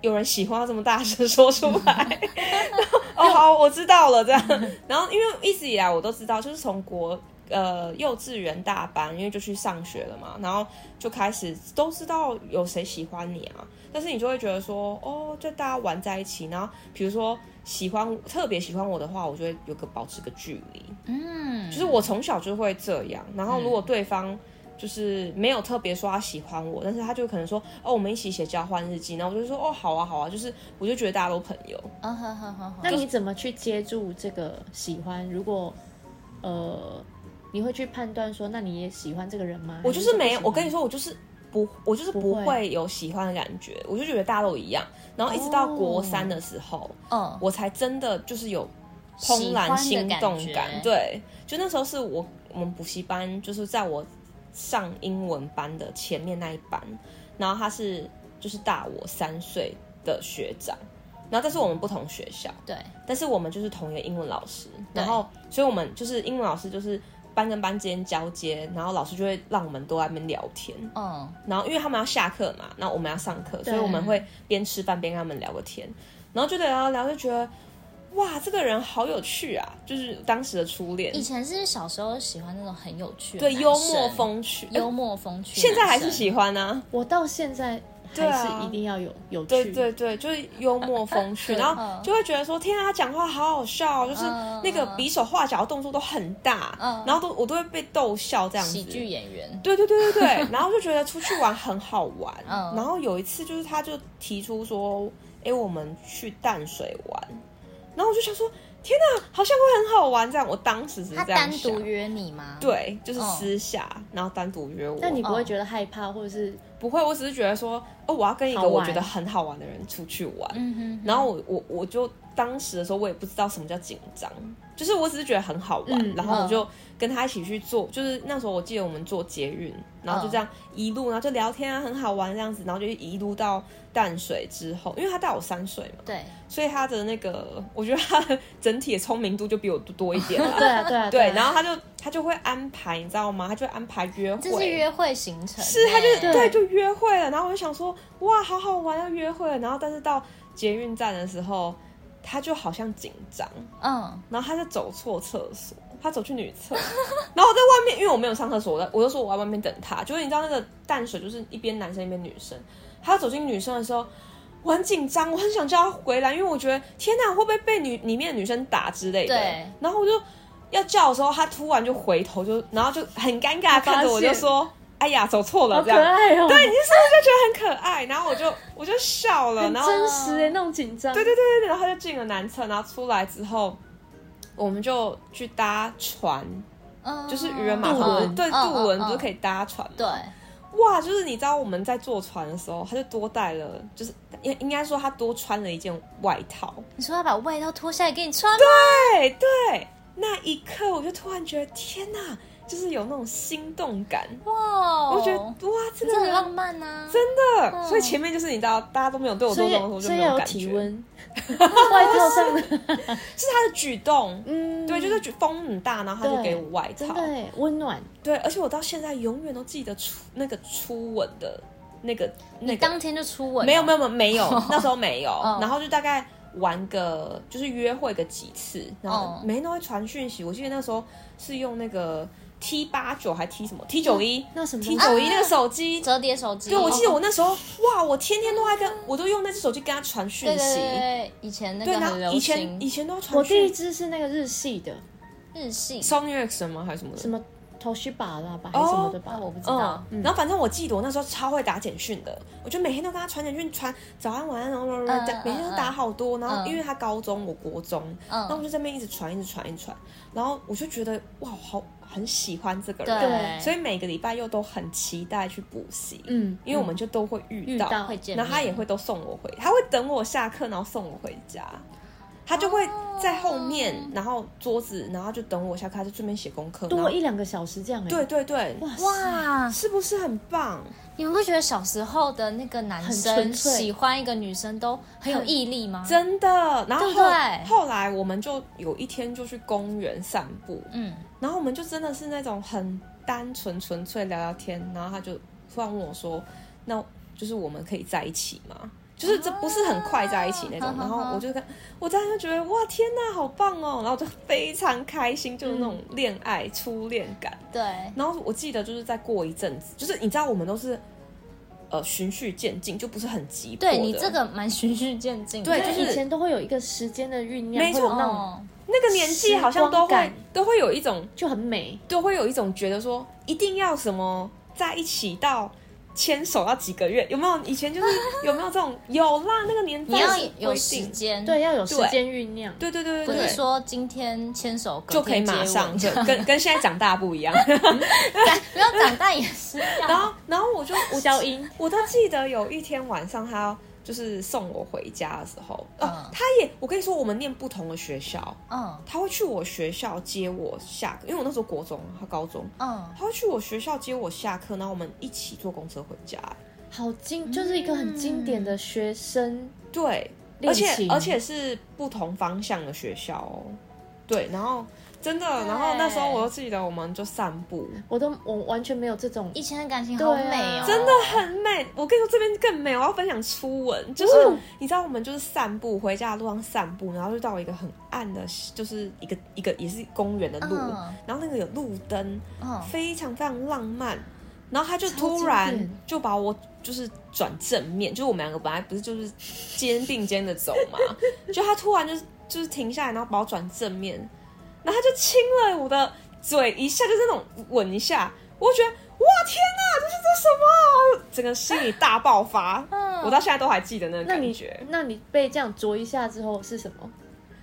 S2: 有人喜欢要这么大声说出来。然后哦，好，我知道了，这样。然后因为一直以来我都知道，就是从国呃幼稚园大班，因为就去上学了嘛，然后就开始都知道有谁喜欢你啊。但是你就会觉得说，哦，就大家玩在一起，然后比如说喜欢特别喜欢我的话，我就会有个保持个距离。
S1: 嗯，
S2: 就是我从小就会这样，然后如果对方就是没有特别说他喜欢我，但是他就可能说哦，我们一起写交换日记，然后我就说哦，好啊，好啊，就是我就觉得大家都朋友，
S1: 嗯哼哼哼
S3: 那
S1: 哼，
S3: 你怎么去接住这个喜欢？如果呃，你会去判断说，那你也喜欢这个人吗？
S2: 我就是没有，我跟你
S3: 说，
S2: 说，我就是不，我就是
S3: 不
S2: 不
S3: 会
S2: 会有喜欢的感觉，我就觉得大家都一样，然后一直到国三的时候，
S1: 嗯，
S2: 我才真的就是有怦然心动
S1: 哦喜欢的
S2: 感
S1: 感觉。
S2: 对，就那时候是我我们补习班，就是在我上英文班的前面那一班，然后他是就是大我三岁的学长，然后但是我们不同学校，
S1: 对，
S2: 但是我们就是同一个英文老师，
S1: 对
S2: 然后所以我们就是英文老师就是班跟班之间交接，然后老师就会让我们都在那边聊天。
S1: 嗯，
S2: 然后因为他们要下课嘛，那我们要上课，
S3: 对
S2: 所以我们会边吃饭边跟他们聊个天，然后就聊聊就觉得，哇，这个人好有趣啊！就是当时的初恋
S1: 以，前是小时候喜欢那种很有趣的
S2: 对
S1: 男生
S2: 幽默、风趣，
S1: 幽默风趣，
S2: 现在还是喜欢啊。
S3: 我到现在
S2: 对
S3: 还
S2: 啊
S3: 是一定要有有
S2: 对
S3: 趣，
S2: 啊对对，就是幽默风趣，
S3: 对
S2: 然后就会觉得说，天啊，他讲话好好笑哦，就是
S1: 嗯
S2: 那个比手画脚的动作都很大，
S1: 嗯
S2: 然后都我都会被逗笑这样子。
S1: 喜剧演员，
S2: 对对对对对， 然后就觉得出去玩很好玩。
S1: 嗯
S2: 然后有一次就是他就提出说，哎、我们去淡水玩。然后我就想说，天哪，好像会很好玩这样。我当时是
S1: 他
S2: 这样
S1: 单
S2: 想，
S1: 独约你吗？，
S2: 对，就是
S1: 嗯
S2: 私下，然后单独约我。
S3: 那你不
S1: 哦
S3: 会觉得害怕，或者是
S2: 不会？我只是觉得说，哦，我要跟一个
S3: 好玩
S2: 我觉得很好玩的人出去玩。
S1: 嗯哼哼，
S2: 然后我我我就当时的时候，我也不知道什么叫紧张，就是我只是觉得很好玩，
S3: 嗯
S2: 然后我就跟他一起去做，就是那时候我记得我们做捷运，然后就这样一路，然后就聊天啊，很好玩这样子，然后就一路到淡水之后，因为他大我三岁嘛，
S1: 对，
S2: 所以他的那个我觉得他的整体的聪明度就比我多一点
S3: 对
S2: 啦。
S3: 啊 对啊
S2: 哦对，
S3: 啊
S2: 然后他就他就会安排，你知道吗？他就会安排约会，
S1: 这是约会行程，欸
S2: 是，他就是
S1: 对
S2: 对，就约会了。然后我就想说，哇，好好玩，要约会了。然后但是到捷运站的时候，他就好像紧张，
S1: 嗯，
S2: 然后他就走错厕所，他走去女 厕。然后我在外面，因为我没有上厕所，我在我就说我在外面等他。就是你知道那个淡水，就是一边男生一边女生。他走进女生的时候。我很紧张，我很想叫他回来，因为我觉得天哪，会不会被女里面的女生打之类的
S1: 对？
S2: 然后我就要叫的时候，他突然就回头就，然后就很尴尬地看着我，
S3: 发现
S2: 就说：“哎呀，走错了。”
S3: 好
S2: 这
S3: 可
S2: 样，
S3: 爱哦、
S2: 对，你是不是就觉得很可爱？然后我就我就笑了，
S3: 很
S2: 然后
S3: 真实哎、那种紧张，
S2: 对对对对，然后他就进了男厕，然后出来之后，我们就去搭船，
S1: 嗯，
S2: 就是渔人码
S3: 渡
S2: 头，
S3: 轮
S2: 对，
S1: 嗯
S2: 渡轮
S1: 嗯
S2: 不是
S1: 嗯
S2: 可以搭船吗？
S1: 对，
S2: 哇，就是你知道我们在坐船的时候，他就多带了，就是应应该说他多穿了一件外套。
S1: 你说他把外套脱下来给你穿吗？
S2: 对对，那一刻我就突然觉得，天哪，就是有那种心动感，
S1: 哇，
S2: 啊
S3: 哦
S2: 我觉得哇，这
S1: 这
S2: 个
S1: 很
S2: 人
S1: 浪漫啊呐、
S2: 真的，所以前面就是你知道，大家都没有对我
S3: 嗯所
S2: 做
S3: 以
S2: 什么，我就
S3: 所以
S2: 没
S3: 要有
S2: 感
S3: 体
S2: 觉。
S3: 温，外套上的，
S2: 是他的举动，
S3: 嗯，
S2: 对，就是举风很大，然后他就
S3: 对
S2: 给我外
S3: 真
S2: 套
S3: 的，耶温暖。
S2: 对，而且我到现在永远都记得初那个初吻的那个那
S1: 你
S2: 个，
S1: 当天就初吻了，
S2: 没有没有没有没 有，那时候没有，
S3: 嗯
S1: 哦
S2: 然后就大概。玩个就是约会个几次，然后
S1: 哦
S3: 嗯
S2: 每天都会传讯息。我记得那时候是用那个 T 八九还 T 什么 T 九一
S3: 嗯那什么啊
S2: T 九一那个手机，
S1: 折叠手机，
S2: 对，我记得我那时候，哇，我天天都在跟，我都用那只手机跟他传讯
S1: 对对
S2: 息。
S1: 对对，以前那
S2: 对，
S1: 个
S2: 然
S1: 很
S2: 后
S1: 流
S2: 以前以
S1: 行
S2: 前都传
S3: 我第一
S2: 讯
S3: 支是那个日系的，
S1: 日系，
S2: ，Sony Ericsson 吗？还是什么的？
S3: 什么 Toshiba 啦吧，还是什么的吧，
S1: 哦我不知道
S2: 嗯，然后反正我记得我那时候超会打简讯的，我就每天都跟他传简讯，传早安晚安，然后然后然后
S1: 嗯嗯
S2: 每天都打好多。然后
S1: 嗯
S2: 因为他高中，我国中，那
S1: 嗯，
S2: 我就在那边一直传，一直传，一直传。然后我就觉得哇，我好很喜欢这个人，
S1: 对，
S3: 对
S2: 所以每个礼拜又都很期待去补习，
S3: 嗯，
S2: 因为我们就都会
S3: 遇到
S1: 会见面，
S2: 然后他也会都送我回，他会等我下课，然后送我回家。他就会在后面，
S1: 哦
S2: 然后桌子，然后就等我下课，他就顺便写功课。然
S3: 多
S2: 后
S3: 一两个小时这样哎，
S2: 对，对对，
S3: 哇塞，
S1: 哇，
S2: 是不是很棒？
S1: 你们不觉得小时候的那个男生
S3: 很纯粹
S1: 喜欢一个女生都很有毅力吗？
S2: 真的。然后
S1: 对不
S2: 后
S1: 对
S2: 后来我们就有一天就去公园散步，
S1: 嗯，
S2: 然后我们就真的是那种很单纯纯粹聊聊天，然后他就突然问我说：“那就是我们可以在一起吗？”就是这不是很快在一起那种，
S1: 啊
S2: 然
S1: 哈哈哈
S2: 后我就跟我当时就觉得哇天呐，好棒哦，然后就非常开心，就是那种恋爱、初恋感。
S1: 对，
S2: 然后我记得就是再过一阵子，就是你知道我们都是呃循序渐进，就不是很急迫的。
S1: 对你这个蛮循序渐进的，
S2: 对
S3: 就
S2: 就是
S3: 是以前都会有一个时间的酝酿，
S2: 没错
S3: 会有那种
S1: 哦，
S2: 那个年纪好像都
S3: 时光
S2: 会
S3: 感
S2: 都会有一种
S3: 就很美，
S2: 都会有一种觉得说一定要什么在一起到牵手要几个月，有没有？以前就是有没有这种有啦，那个年代
S1: 你要
S2: 是
S1: 有
S2: 规
S1: 时
S2: 定，
S1: 间，
S3: 对，，要有时
S2: 对
S3: 间酝酿，
S2: 对对对
S1: 不
S2: 对
S1: 是
S2: 对。
S1: 说今天牵手隔
S2: 就可以
S1: 天接
S2: 马
S1: 吻
S2: 上，就 跟跟现在长大不一样。
S1: 不要长大也是要，
S2: 然后，然后我就我
S3: 消音，
S2: 我都记得有一天晚上，他要就是送我回家的时候，哦、
S1: 嗯
S2: 他也我跟你说，我们念不同的学校，
S1: 嗯
S2: 他会去我学校接我下课，因为我那时候国中，他高中，
S1: 嗯，
S2: 他会去我学校接我下课，然后我们一起坐公车回家、哎
S3: 好经，就是一个很经典的学生，
S2: 对，而
S3: 恋
S2: 且
S3: 情
S2: 而且是不同方向的学校哦。对，然后真的，然后那时候我就记得我们就散步，
S3: 我都我完全没有这种，
S1: 以前的感情好
S3: 对啊
S1: 美哦，
S2: 真的很美。我跟你说，这边更美。我要分享初吻，就是、
S3: 嗯
S2: 你知道，我们就是散步回家的路上散步，然后就到一个很暗的，就是一个一个也是公园的路，
S1: 嗯
S2: 然后那个有路灯，
S1: 嗯，
S2: 非常非常浪漫。然后他就
S3: 哦超
S2: 突
S3: 经
S2: 然
S3: 典
S2: 就把我就是转正面，就是我们两个本来不是就是肩并肩的走嘛， 就他突然就是就是停下来，然后把我转正面，然后他就亲了我的嘴一下，就是那种吻一下，我就觉得哇天哪，这是这什么啊？整个心里大爆发，
S3: 嗯
S2: 我到现在都还记得那个
S3: 那
S2: 感
S3: 你
S2: 觉，
S3: 那你被这样啄一下之后是什么？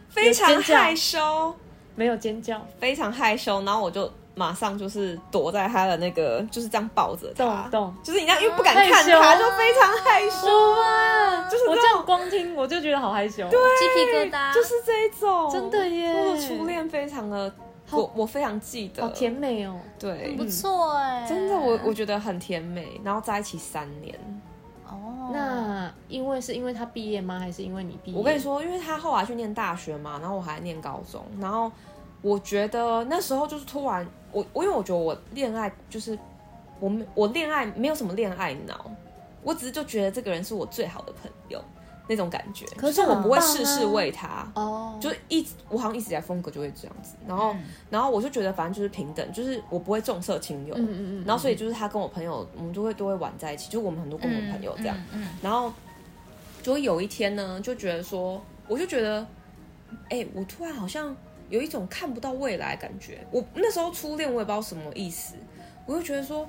S2: 非常
S3: 尖叫
S2: 害羞，
S3: 没有尖叫，
S2: 非常害羞，然后我就马上就是躲在他的那个就是这样抱着他
S3: 懂，懂。
S2: 就是你知道，因为不敢
S3: 害
S2: 看
S3: 羞
S2: 他，
S3: 啊
S2: 就非常害羞啊，就是
S3: 我
S2: 这
S3: 这
S2: 种，
S3: 样光听我就觉得好害羞，对，
S1: 鸡皮疙瘩，
S2: 就是这一种，
S3: 真的耶
S2: 我的初恋非常的，我我非常记得，
S3: 好甜，美哦。
S2: 对，
S1: 不错哎，
S2: 真的，我我觉得很甜美。然后在一起三年，
S1: 哦，
S3: 那因为是因为他毕业吗？还是因为你毕业？
S2: 我跟你，说，因为他后来去念大学嘛，然后我还念高中，然后我觉得那时候就是突然，我我因为我觉得我恋爱就是我没我恋爱没有什么恋爱脑，我只是就觉得这个人是我最好的朋友那种感觉，
S3: 可是
S2: 就我不会
S3: 很棒啊
S2: 事事为他，
S3: 哦，
S2: 就一直我好像一直以来风格就会这样子，然
S3: 嗯
S2: 后、然后我就觉得反正就是平等，就是我不会重色轻友，
S3: 嗯嗯嗯，
S2: 然后所以就是他跟我朋友，我们就会都会玩在一起，就我们很多共同朋友这样，，
S1: 嗯嗯
S2: 然后就有一天呢，就觉得说，我就觉得，哎、我突然好像有一种看不到未来的感觉，我那时候初恋我也不知道什么意思，我就觉得说，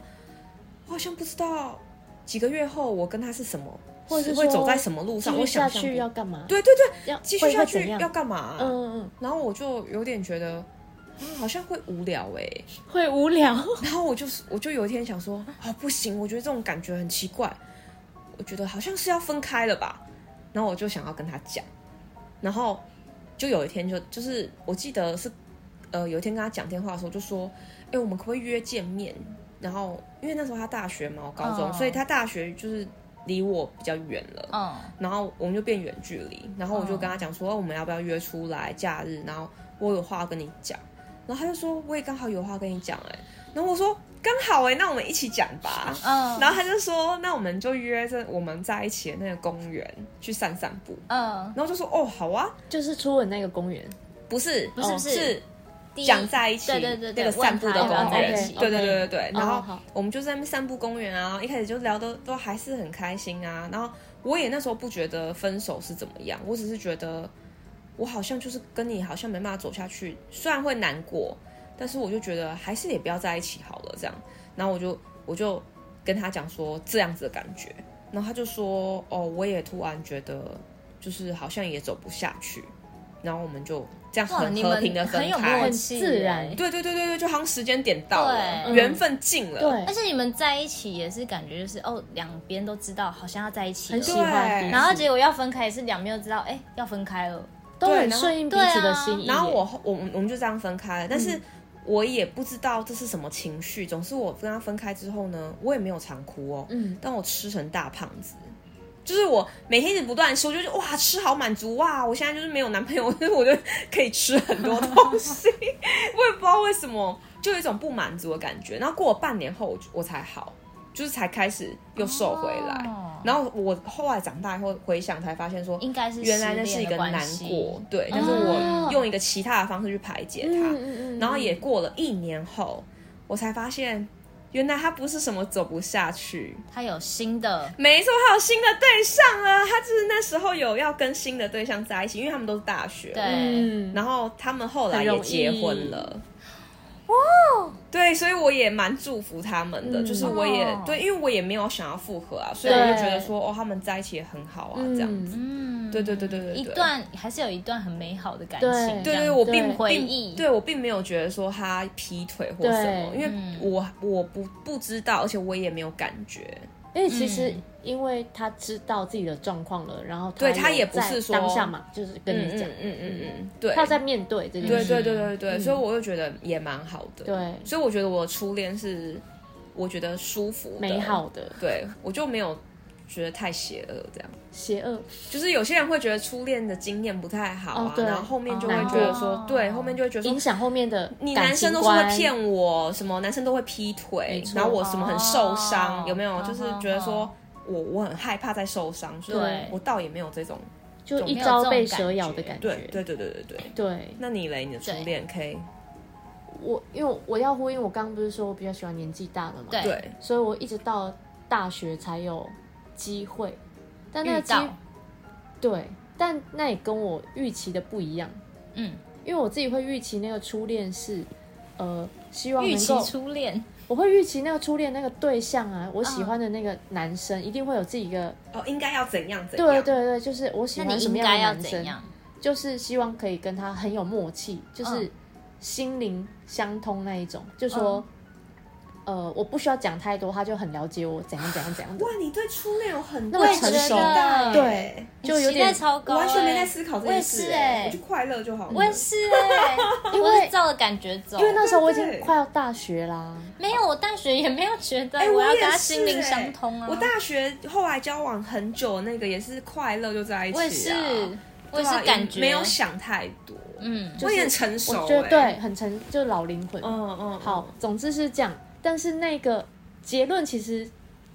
S2: 我好像不知道几个月后我跟他是什么，
S3: 或者是
S2: 会
S3: 说
S2: 走在什么路
S3: 继
S2: 上，
S3: 续
S2: 我
S3: 下
S2: 想象不
S3: 去要干嘛？
S2: 对对对。
S3: 要
S2: 继续
S3: 会
S2: 下
S3: 会怎
S2: 去要
S3: 样？
S2: 干嘛啊、
S3: 嗯嗯嗯，
S2: 然后我就有点觉得，啊，好像会无聊哎、
S3: 会 无聊。
S2: 然后我就是，我就有一天想说，啊，不行，我觉得这种感觉很奇怪，我觉得好像是要分开了吧。然后我就想要跟他讲，然后就有一天就就是我记得是呃有一天跟他讲电话的时候，就说，哎、我们可不可以约见面？然后因为那时候他大学嘛，我高中
S1: 哦
S2: 所以他大学就是离我比较远了。
S1: 嗯
S2: 然后我们就变远距离，然后我就
S1: 嗯
S2: 跟他讲说，哦我们要不要约出来假日？然后我有话要跟你讲，然后他就说我也刚好有话跟你讲哎、然后我说刚好哎、那我们一起讲 吧。
S1: 嗯
S2: 然后他就说那我们就约着我们在一起的那个公园去散散步，
S1: 嗯，
S2: 然后就说哦好啊，
S3: 就是初吻那个公园，
S2: 不是
S1: 不是
S2: 哦
S1: 不是
S2: 是
S1: 第一
S2: 讲在一起，
S1: 对对对对
S2: 那个散步的
S1: 问他要
S2: 公
S1: 不要在
S2: 园
S1: 一起，
S2: 对对对对
S3: OK
S2: 对。
S3: 哦
S2: 然后
S3: 好
S2: 我们就在那边散步公园啊，一开始就聊的都还是很开心啊。然后我也那时候不觉得分手是怎么样，我只是觉得我好像就是跟你好像没办法走下去，虽然会难过，但是我就觉得还是也不要在一起好了这样。然后我就我就跟他讲说这样子的感觉，然后他就说哦，我也突然觉得就是好像也走不下去，然后我们就这样
S1: 哇，
S2: 很
S1: 你
S2: 和平的
S1: 们
S2: 分
S1: 很有
S2: 开
S1: 默，
S3: 很
S1: 契耶，
S3: 自然
S2: 对对对对对，就好像时间点到了，
S1: 对
S2: 缘分尽了。
S3: 嗯对
S1: 而，且你们在一起也是感觉就是哦，两边都知道好像要在一起
S3: 很
S1: 了，
S3: 喜欢彼
S2: 对
S3: 此，
S1: 然后结果要分开也是两边都知道，哎、要分开了。
S3: 都
S2: 对
S3: 很
S2: 然后
S3: 顺应彼此的心意耶。
S2: 然后我后我们我们就这样分开了，但
S3: 嗯
S2: 是我也不知道这是什么情绪。总之我跟他分开之后呢，我也没有常哭哦，
S3: 嗯
S2: 但我吃成大胖子。就是我每天一直不断地说，就是哇，吃好满足哇！我现在就是没有男朋友，但 是我就可以吃很多东西， 我也不知道为什么，就有一种不满足的感觉。然后过了半年后，我就我才好，就是才开始又瘦回来。
S1: 哦
S2: 然后我后来长大以后回想才发现说，
S1: 应该是
S2: 原来那是一个
S1: 失恋的
S2: 难
S1: 关系哦
S2: 过，对，但是我用一个其他的方式去排解它，
S3: 嗯
S2: 然后也过了一年后，我才发现原来他不是什么走不下去，
S1: 他有新的，
S2: 没错，他有新的对象了，他就是那时候有要跟新的对象在一起，因为他们都是大学，
S1: 对
S3: 嗯，
S2: 然后他们后来
S3: 很容
S2: 也
S3: 易
S2: 结婚了。哦，对，所以我也蛮祝福他们的，
S3: 嗯
S2: 就是我也
S1: 哦
S2: 对，因为我也没有想要复合啊，所以我就觉得说，哦，他们在一起也很好啊，这样子。
S1: 嗯，
S2: 对对对对对对
S1: 一段还是有一段很美好的感
S3: 对
S1: 情，
S2: 对
S1: 这
S2: 对，
S1: 样
S2: 我
S1: 子
S2: 并并
S1: 回忆
S2: 对我并没有觉得说他劈腿或什么，
S3: 对
S2: 因为
S1: 嗯
S2: 我我不不知道，而且我也没有感觉。
S3: 因为其实
S1: 嗯
S3: 因为他知道自己的状况了，然后
S2: 对
S3: 他
S2: 他
S3: 有
S2: 也不是
S3: 在
S2: 说
S3: 当下嘛，就是跟
S2: 嗯
S3: 你
S2: 嗯
S3: 讲，
S2: 嗯嗯嗯，对，
S3: 他有在面对这件
S2: 对
S3: 事。
S2: 对对对对，所以我就觉得也蛮好的。
S3: 嗯对
S2: 所以我觉得我的初恋是我觉得舒服的
S3: 美好的
S2: 对我就没有觉得太邪恶这样。
S3: 邪恶，
S2: 就是有些人会觉得初恋的经验不太好啊
S3: 哦，对
S2: 然后后面就会
S3: 哦
S2: 觉得说，
S1: 难过
S2: 对，后面就会觉得说
S3: 影响后面的
S2: 你
S3: 感
S2: 男生
S3: 情
S2: 都是会
S3: 观
S2: 骗我，什么男生都会劈腿
S3: 没，错
S2: 然后我什么很受伤，
S1: 哦
S2: 有没有？就是觉得
S1: 哦
S2: 说我我很害怕再受伤，所以
S1: 对
S2: 我倒也没有这种。
S3: 就一
S1: 没有
S3: 朝
S1: 这种
S3: 被
S1: 感
S3: 蛇咬的
S1: 觉
S3: 感
S2: 对
S3: 觉。
S2: 对对对对对。
S3: 对，
S2: 那你嘞，你的初恋 K？
S3: 我因为我要呼应我刚刚不是说我比较喜欢年纪大的嘛，
S1: 对
S2: 对，
S3: 所以我一直到大学才有机会，但那
S1: 遇
S3: 个机
S1: 到，
S3: 对，但那也跟我预期的不一样，
S1: 嗯，
S3: 因为我自己会预期那个初恋是，呃，希望
S1: 预
S3: 能
S1: 期
S3: 够，
S1: 初恋，
S3: 我会预期那个初恋那个对象啊，我
S1: 嗯
S3: 喜欢的那个男生一定会有自己一个，
S2: 哦，应该要怎样怎
S3: 对
S2: 样？
S3: 对对，就是我喜
S1: 那
S3: 欢
S1: 你
S3: 什
S1: 应
S3: 么
S1: 该要
S3: 样
S1: 怎
S3: 的男生，
S1: 样？
S3: 就是希望可以跟他很有默契，就是
S1: 嗯
S3: 心灵相通那一种，就说。
S2: 嗯
S3: 呃，我不需要讲太多，他就很了解我怎样怎 样怎样的
S2: 哇，你对初恋有很
S3: 那
S2: 多
S3: 么
S2: 期
S3: 成熟
S2: 待，
S3: 对，就有
S1: 期
S3: 点
S1: 待超高、
S2: 我完全没
S1: 哎
S2: 在思考这件
S1: 我也
S2: 事，欸
S1: 是哎
S2: 我就快乐就好了。
S1: 我也是哎、
S3: 因为
S1: 我是照着感觉走，
S3: 因为那时候我已
S2: 对
S3: 经快要大学啦，
S1: 没有，我大学也没有觉得
S2: 哎，
S1: 我要
S2: 也
S1: 跟他
S2: 是
S1: 心灵
S2: 哎
S1: 相通啊，
S2: 我大学后来交往很久的那个也是快乐就在一起啊，
S1: 我也是，我也
S2: 对
S1: 是
S2: 啊
S1: 感觉
S2: 没有，想太多，
S1: 嗯，
S2: 我也很成熟、欸，
S3: 我觉得对，，很成就老灵魂。
S2: 嗯嗯，
S3: 好，总之是这样，但是那个结论其实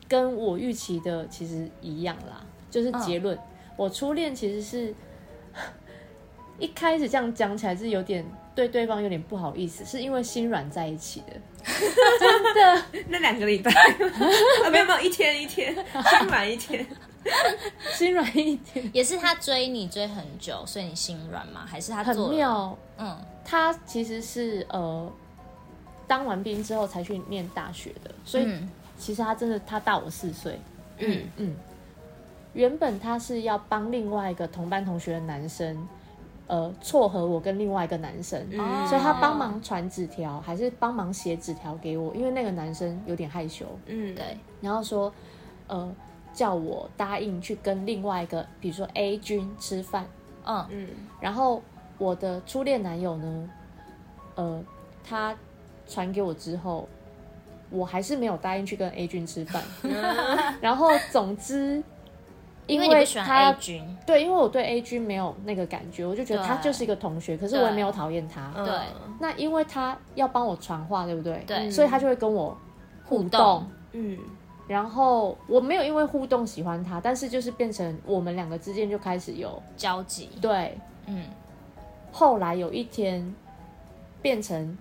S3: 跟我预期的其实一样啦，就是
S1: 嗯
S3: 结论，我初恋其实是 一开始这样讲起来是有点对对方有点不好意思，是因为心软在一起的，
S2: 嗯，那两个礼拜， 啊，没有没有，一天一天，心软一天，
S3: 心软一点，
S1: 也是他追你追很久，所以你心软吗？还是他
S3: 很
S1: 做了？
S3: 妙。
S1: 嗯，
S3: 他其实是呃，当完兵之后才去念大学的，所以
S1: 嗯
S3: 其实他真的他大我四岁，
S2: 嗯
S3: 嗯，原本他是要帮另外一个同班同学的男生，呃，撮合我跟另外一个男生，
S2: 嗯
S1: 哦
S3: 所以他帮忙传纸条，还是帮忙写纸条给我，因为那个男生有点害羞，
S2: 嗯，
S1: 对，
S3: 然后说，呃，叫我答应去跟另外一个，比如说 A 君吃饭，
S1: 嗯，
S2: 嗯
S3: 然后我的初恋男友呢，呃，他传给我之后，我还是没有答应去跟 A 君吃 饭。然后总之，
S1: 因为你不
S3: 为
S1: 喜欢 A
S3: 他
S1: 君，
S3: 对，因为我对 A 君没有那个感觉，我就觉得他
S1: 对
S3: 就是一个同学，可是我也没有讨厌他。
S1: 对
S2: 嗯
S3: 那因为他要帮我传话，对不对？
S1: 对
S3: 所以他就会跟我嗯互动。
S1: 动
S2: 嗯，
S3: 然后我没有因为互动喜欢他，但是就是变成我们两个之间就开始有
S1: 交集，
S3: 对。
S1: 嗯，
S3: 后来有一天变成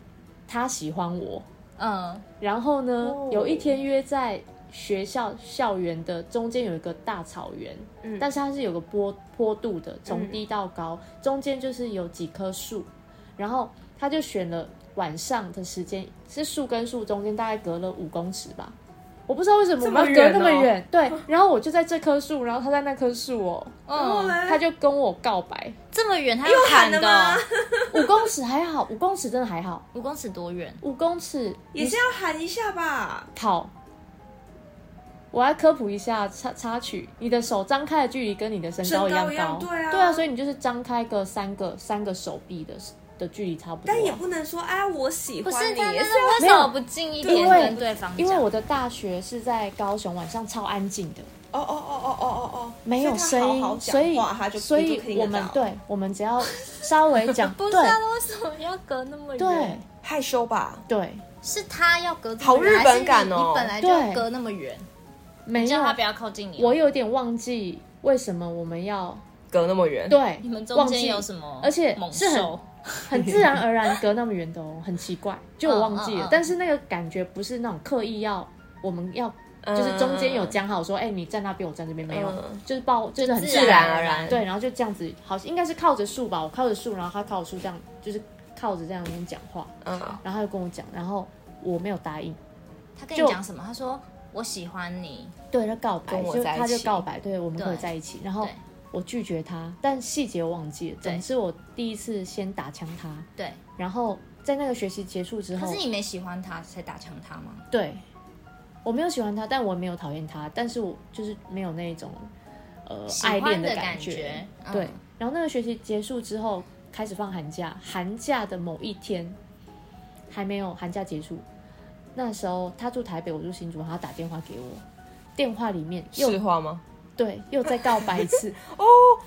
S3: 他喜欢我，
S1: 嗯，
S3: 然后呢，
S2: 哦
S3: 有一天约在学校校园的中间有一个大草原，
S2: 嗯
S3: 但是它是有个坡坡度的，从
S2: 嗯
S3: 低到高，中间就是有几棵树，然后他就选了晚上的时间，是树跟树中间大概隔了五公尺吧。我不知道为什么
S2: 这
S3: 我
S2: 么哦
S3: 们要隔那么
S2: 远哦
S3: 远， 对。然后我就在这棵树，然后他在那棵树哦，
S2: 后
S1: 嗯，
S2: 嘞
S3: 他就跟我告白。
S1: 这么远他用喊的
S2: 又
S1: 哦
S2: 喊了，
S3: 五公尺还好，五公尺真的还好，
S1: 五公尺多远？
S3: 五公尺
S2: 也是要喊一下吧。
S3: 好，我来科普一下插插曲。你的手张开的距离跟你的身高样
S2: 身
S3: 高，
S2: 高一样对啊
S3: 所以你就是张开个三个三个手臂的的距离差不多啊、
S2: 但也不能说哎，我喜
S1: 不
S2: 欢
S1: 是
S2: 你，
S1: 他
S2: 也
S1: 那
S2: 是
S1: 个为
S3: 没
S1: 什
S3: 有
S1: 么不近一
S3: 因
S1: 点
S3: 为
S1: 跟对方
S3: 因为
S1: 讲？
S3: 我的大学是在高雄，晚上超安静的，
S2: 要哦哦哦哦哦哦哦，
S3: 没有
S2: 所
S3: 声
S2: 以他
S3: 音，
S2: 好好
S3: 所
S2: 讲
S3: 以
S2: 话，他就
S3: 所
S2: 你就听
S3: 以
S2: 得
S3: 我们
S2: 到
S3: 对，我们只要稍微 讲，
S1: 不是
S3: 对
S1: 啊，为什么要隔那么远？
S3: 对
S2: 害羞吧？
S3: 对，
S1: 是他要隔这么
S2: 好日
S1: 远
S2: 本感
S1: 还是
S2: 哦
S1: 你你本来就要
S3: 对
S1: 隔那么远，
S3: 没
S1: 你
S3: 有啊
S1: 叫，他不要靠近你。哦
S3: 我有点忘记为什么我们要
S2: 隔那么远，
S3: 对，
S1: 你们中
S3: 忘
S1: 间
S3: 记
S1: 有什么？
S3: 而且
S1: 猛
S3: 是很
S1: 兽，
S3: 很自然而然隔那么远的哦，很奇怪，就我忘记
S1: 嗯
S3: 了。
S1: 嗯嗯
S3: 但是那个感觉不是那种刻意要，我们要就是中间有
S2: 讲，
S3: 讲好说，哎、你站那边，我站这边，没有，
S2: 嗯
S3: 就是抱，就是很
S1: 自
S2: 自然
S1: 然
S2: 而然。
S3: 对，然后就这样子，好，应该是靠着树吧，我靠着树，然后他靠着树这样，就是靠着这样跟我讲话，
S2: 嗯，
S3: 然后他就跟我讲，然后我没有答应，
S1: 他跟你
S3: 就
S1: 讲什么？他说我喜欢你，
S3: 对，他告白，
S2: 跟我
S3: 就
S2: 在一
S3: 他就
S2: 起
S3: 告白，对，我们可
S1: 对
S3: 以在一起，然后
S1: 对。
S3: 我拒绝他，但细节我忘记了。
S1: 对
S3: 总之，我第一次先打枪他，
S1: 对。
S3: 然后在那个学期结束之后，
S1: 可是你没喜欢他才打枪他吗？
S3: 对，我没有喜欢他，但我也没有讨厌他，但是我就是没有那种呃
S1: 喜
S3: 爱
S1: 欢
S3: 恋
S1: 的
S3: 感
S1: 感觉嗯
S3: 对，然后那个学期结束之后，开始放寒假，寒假的某一天还没有寒假结束，那时候他住台北，我住新竹，然后他打电话给我，电话里面
S2: 是
S3: 又
S2: 话吗？
S3: 对又再告白 一次，
S2: 哦，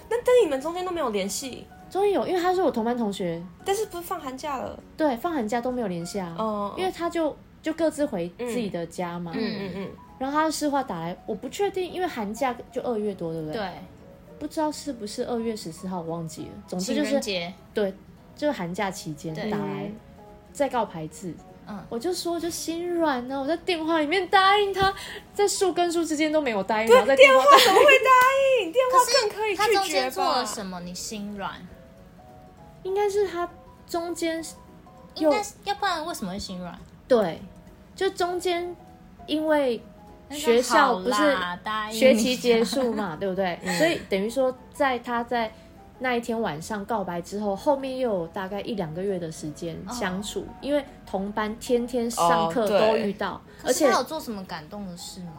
S2: 那但你们中间都没有联系，
S3: 终于有，因为他是我同班同学，
S2: 但是不是放寒假了？
S3: 对，放寒假都没有联系啊，
S2: 哦，
S3: 因为他就就各自回自己的家嘛，
S2: 嗯嗯嗯，
S3: 然后他的市话打来，我不确定，因为寒假就二月多，对不对？，
S1: 对，
S3: 不知道是不是二月十四号，我忘记了。总之
S1: 情
S3: 就
S1: 人
S3: 是
S1: 节，
S3: 对，就是寒假期间
S2: 嗯
S1: 对
S3: 打来再告白字，
S1: 嗯
S3: 我就说我就心软啊呢、我在电话里面答应他，在树跟树之间都没有答应，然后在电话
S2: 怎么会答应？电话更可以
S1: 他中
S2: 拒
S1: 间
S2: 绝
S1: 做
S2: 吧
S1: 了？什么？你心软，
S3: 应该是他中间
S1: 应
S3: 又
S1: 该是要不然为什么会心软？
S3: 对，就中间因为
S1: 那
S3: 学
S1: 说好
S3: 校不是
S1: 啦答应
S3: 学
S1: 你啊
S3: 期结束嘛，
S1: 嗯
S3: 对不对？所以等于说，在他在那一天晚上告白之后，后面又有大概一两个月的时间相处，
S1: 哦
S3: 因为同班天天上课
S2: 哦
S3: 都
S2: 对
S3: 遇到，
S1: 可
S3: 而
S1: 是
S3: 且
S1: 他有做什么感动的事吗？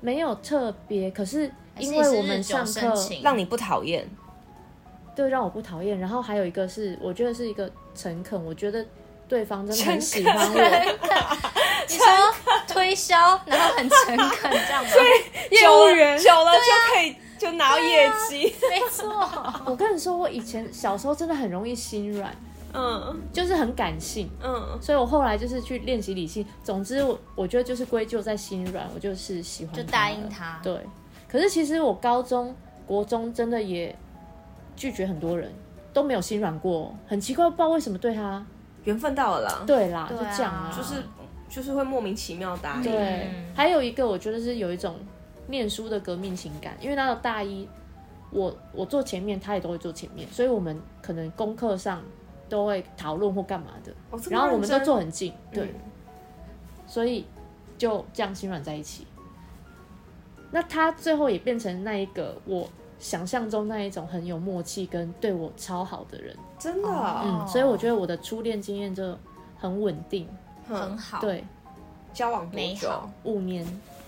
S3: 没有特别。可是
S1: 还是
S3: 因
S1: 你
S3: 为
S1: 是
S3: 我
S1: 日
S3: 们
S1: 久
S3: 上
S1: 生
S3: 课，
S1: 情
S2: 让你不讨厌，
S3: 对让我不讨厌。然后还有一个是，我觉得是一个诚恳，我觉得对方真的很喜欢我。
S1: 你说推销，然后很诚恳这样吗？
S3: 业务啊员
S2: 久了就可以就拿到业绩，
S1: 没错，
S3: 我跟你说，我以前小时候真的很容易心软，
S2: 嗯
S3: 就是很感性。
S2: 嗯，
S3: 所以我后来就是去练习理性。总之我，我觉得就是归咎在心软，我就是喜欢他
S1: 就
S3: 了
S1: 答应他
S3: 对，可是其实我高中、国中真的也拒绝很多人，都没有心软过，很奇怪，不知道为什么对他。
S2: 缘分到了啦，
S3: 对啦，
S1: 对啊
S3: 就这样啊，
S2: 就是就是会莫名其妙答
S3: 对。
S2: 应，
S1: 嗯
S3: 还有一个，我觉得是有一种念书的革命情感，因为那到大一，我我坐前面，他也都会坐前面，所以我们可能功课上都会讨论或干嘛的，
S2: 哦这么
S3: 然后我们
S2: 认
S3: 都
S2: 真
S3: 坐很近，对。
S2: 嗯
S3: 所以就这样心软在一起。那他最后也变成那一个我想象中那一种很有默契跟对我超好的人，
S2: 真的
S1: 哦
S2: 啊
S3: 嗯，所以我觉得我的初恋经验就很稳定，
S1: 很好。，
S3: 嗯对，
S2: 交往多
S1: 美
S2: 久
S1: 好？
S3: 五年，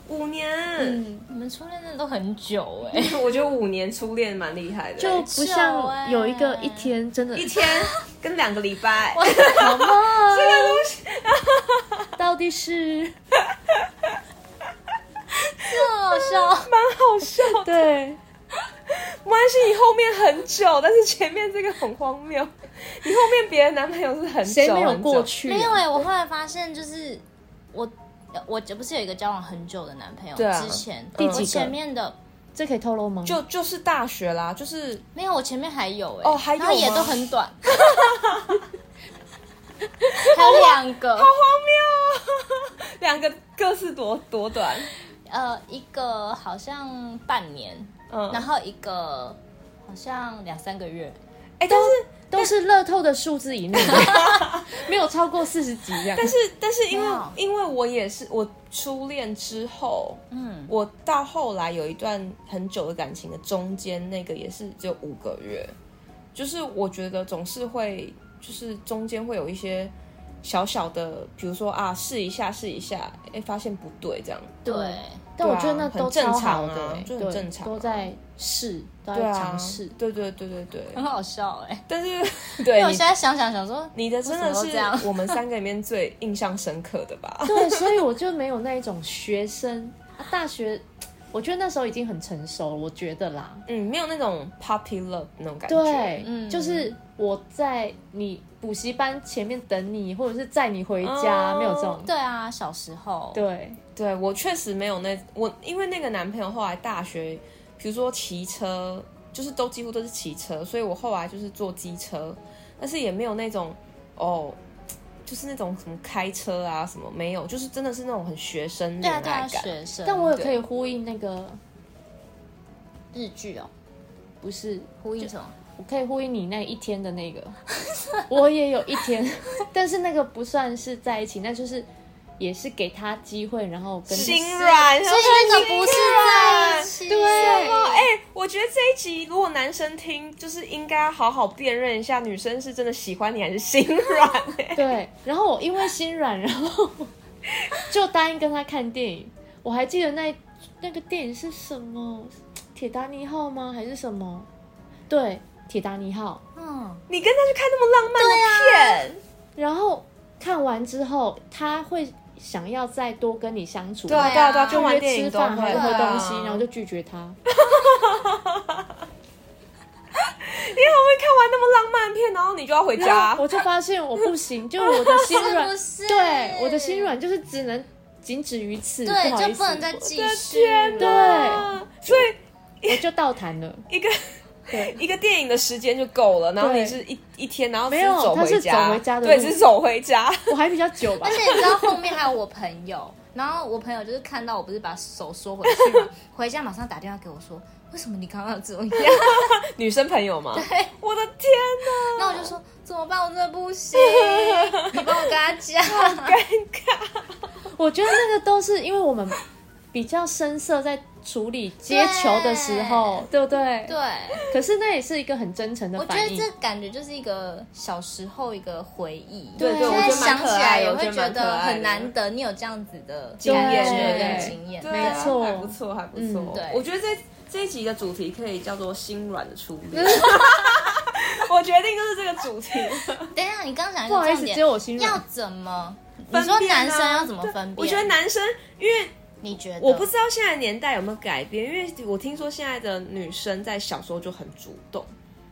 S2: 五年，
S3: 嗯，
S1: 你们初恋真的都很久哎、
S2: 我觉得五年初恋蛮厉害的，
S3: 就不
S1: 久欸
S3: 像有一个一天真的
S2: 一天跟两个礼拜，
S3: 好吗？这个东西到底是
S1: 很好笑。
S2: 蛮好笑。
S3: 对，
S2: 没关系，你后面很久，但是前面这个很荒谬。你后面别的男朋友是很久，
S3: 谁没有
S2: 很久
S3: 过？去啊？
S1: 没有哎、我后来发现就是我我不是有一个交往很久的男朋友，
S2: 对啊
S1: 之前
S3: 第
S1: 我
S3: 几个
S1: 前面的
S3: 这可以透露吗？
S2: 就就是大学啦，就是
S1: 没有，我前面还有哎、
S2: 哦还有
S1: 然后也
S2: 吗
S1: 都很 短，还有两个，
S2: 两个各是多多短，
S1: 呃，一个好像半年，
S2: 嗯，
S1: 然后一个好像两三个月，
S2: 哎、但是
S3: 都是乐透的数字以内的，没有超过四十几这样。
S2: 但是但是因
S1: 没
S2: 为
S1: 有
S2: 因为我也是我初恋之后，
S1: 嗯，
S2: 我到后来有一段很久的感情的中间那个也是只有五个月，就是我觉得总是会就是中间会有一些小小的，比如说啊试一下试一下，哎发现不对这样，
S1: 对，
S3: 但我觉得那
S2: 对啊
S3: 都
S2: 很正
S3: 超
S2: 常
S3: 好
S2: 啊
S3: 的，欸
S2: 就很
S3: 对
S2: 正常啊
S3: 都在试，都
S2: 对
S3: 在
S2: 啊
S3: 尝试，。
S2: 对对对对 对，
S1: 很好笑哎、
S2: 但是
S1: 因
S2: 对
S1: 为我
S2: 你
S1: 现在想想想说，
S2: 你的真的
S1: 为什么都这样
S2: 是我们三个里面最印象深刻的吧？
S3: 对， 所以我就没有那一种学生啊，大学，我觉得那时候已经很成熟了，我觉得啦。
S2: 嗯，没有那种 puppy love 那种感觉。
S3: 对，
S1: 嗯
S3: 就是我在你补习班前面等你，或者是载你回家，
S2: 哦
S3: 没有这种。
S1: 对啊，小时候，
S3: 对，
S2: 对我确实没有那我，因为那个男朋友后来大学，比如说骑车，就是都几乎都是骑车，所以我后来就是坐机车，但是也没有那种哦，就是那种什么开车啊什么没有，就是真的是那种很学生
S1: 对
S2: 恋
S1: 啊，对
S2: 爱
S1: 啊，
S2: 感。
S1: 学生，
S3: 但我也
S2: 对
S3: 可以呼应那个，
S1: 日剧哦，
S3: 不是
S1: 呼应什么？
S3: 我可以呼应你那一天的 那个，我也有一天，但是那个不算是在一起，那就是也是给他机会，然后跟
S2: 心软，
S1: 所以那个不啊是在一啊起，
S3: 对
S2: 哦，哎、我觉得这一集如果男生听，就是应该要好好辨认一下，女生是真的喜欢你还是心软、哎
S3: 对，然后我因为心软，然后就答应跟他看电影。我还记得那那个电影是什么，《铁达尼号》吗？还是什么？对，《铁达尼号
S1: 嗯，
S2: 你跟他去看那么浪漫
S1: 啊
S2: 的片，》。
S3: 然后看完之后，他会想要再多跟你相处，
S2: 对啊，对啊，对啊，
S1: 就
S2: 看完
S3: 约
S2: 电影
S3: 吃
S2: 都
S3: 饭还
S1: 会
S3: 喝
S1: 对啊
S3: 东西，然后就拒绝他。
S2: 你好会看完那么浪漫的片，然后你就要回
S3: 然
S2: 家
S3: 后。我就发现我不行，就是我的心软，
S1: 是不是
S3: 对我的心软就是只能仅止于此，
S1: 对，
S3: 不好意
S1: 就
S3: 思，
S1: 不能再继
S2: 我的
S1: 续
S2: 天
S1: 了。
S3: 对，
S2: 啊所以
S3: 我就倒谈了。
S2: 一个
S3: 对
S2: 一个电影的时间就够了，然后
S3: 对
S2: 你是一一天，然后
S3: 没有
S2: 只走
S3: 他
S2: 回
S3: 是
S2: 家，
S3: 走回家的
S2: 对，
S3: 路
S2: 只是走回家。
S3: 我还比较久吧
S1: 而，且你知道后面还有我朋友，然后我朋友就是看到我不是把手缩回去嘛，回家马上打电话给我说，为什么你刚刚这样？
S2: 女生朋友吗？我的天
S1: 那
S2: 哪，
S1: 我就说怎么办？我真的不行，你帮我跟他讲。
S3: 我觉得那个都是因为我们比较生涩，在处理接球的时候，对不对？
S1: 对，
S3: 可是那也是一个很真诚的
S1: 我觉
S3: 反
S1: 得
S3: 应。
S1: 这感觉就是一个小时候一个回忆，
S3: 对对
S1: 现
S3: 我
S1: 在
S3: 觉得
S2: 蛮
S1: 想
S2: 可
S1: 起来
S2: 爱
S1: 也
S2: 的我
S1: 会
S2: 觉得
S1: 觉
S2: 蛮可
S1: 得
S2: 爱
S1: 很
S2: 的
S1: 难得，你有这样子的
S2: 经验
S1: 对
S3: 对
S1: 经验，
S2: 对
S1: 对
S2: 啊
S3: 没错
S2: 还不错，还不错
S3: 嗯。
S1: 对
S2: 我觉得这这一集的主题可以叫做“心软的初 恋”。我决定就是这个主题。
S1: 等一下，你刚讲一
S3: 不
S1: 个
S3: 好意
S1: 重
S3: 思，
S1: 点
S3: 只，有我心
S1: 要
S3: 软。
S1: 怎么？你
S2: 分
S1: 说
S2: 辨啊
S1: 男生要怎么分辨？
S2: 我觉得男生，因为
S1: 你觉得
S2: 我不知道现在年代有没有改变，因为我听说现在的女生在小时候就很主动，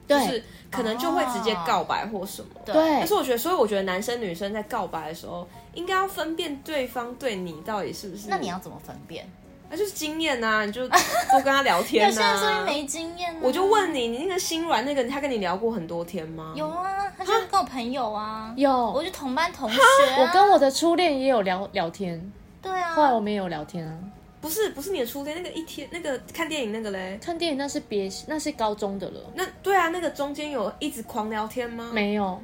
S2: 就
S3: 对
S2: 是可能就会直接告白或什么。
S1: 对
S3: 对
S2: 但是我觉得，所以我觉得男生女生在告白的时候，应该要分辨对方对你到底是不是。
S1: 那你要怎么分辨？
S2: 那就是经验呐、你就多跟他聊 天
S1: 有些人说
S2: 呐、
S1: 你没经验、啊，
S2: 我就问你，你那个心软那个，他跟你聊过很多天吗？
S1: 有啊，他就是跟我朋友啊，
S3: 有，
S1: 我
S3: 我
S1: 就同班同学、啊，
S3: 跟我的初恋也有聊聊天，
S1: 对啊，
S3: 后来我们也有聊天啊。
S2: 不是不是你的初恋，那个一天那个看电影那个嘞？
S3: 看电影那是别，那是高中的了，
S2: 那对啊，那个中间有一直狂聊天吗？，
S3: 没有。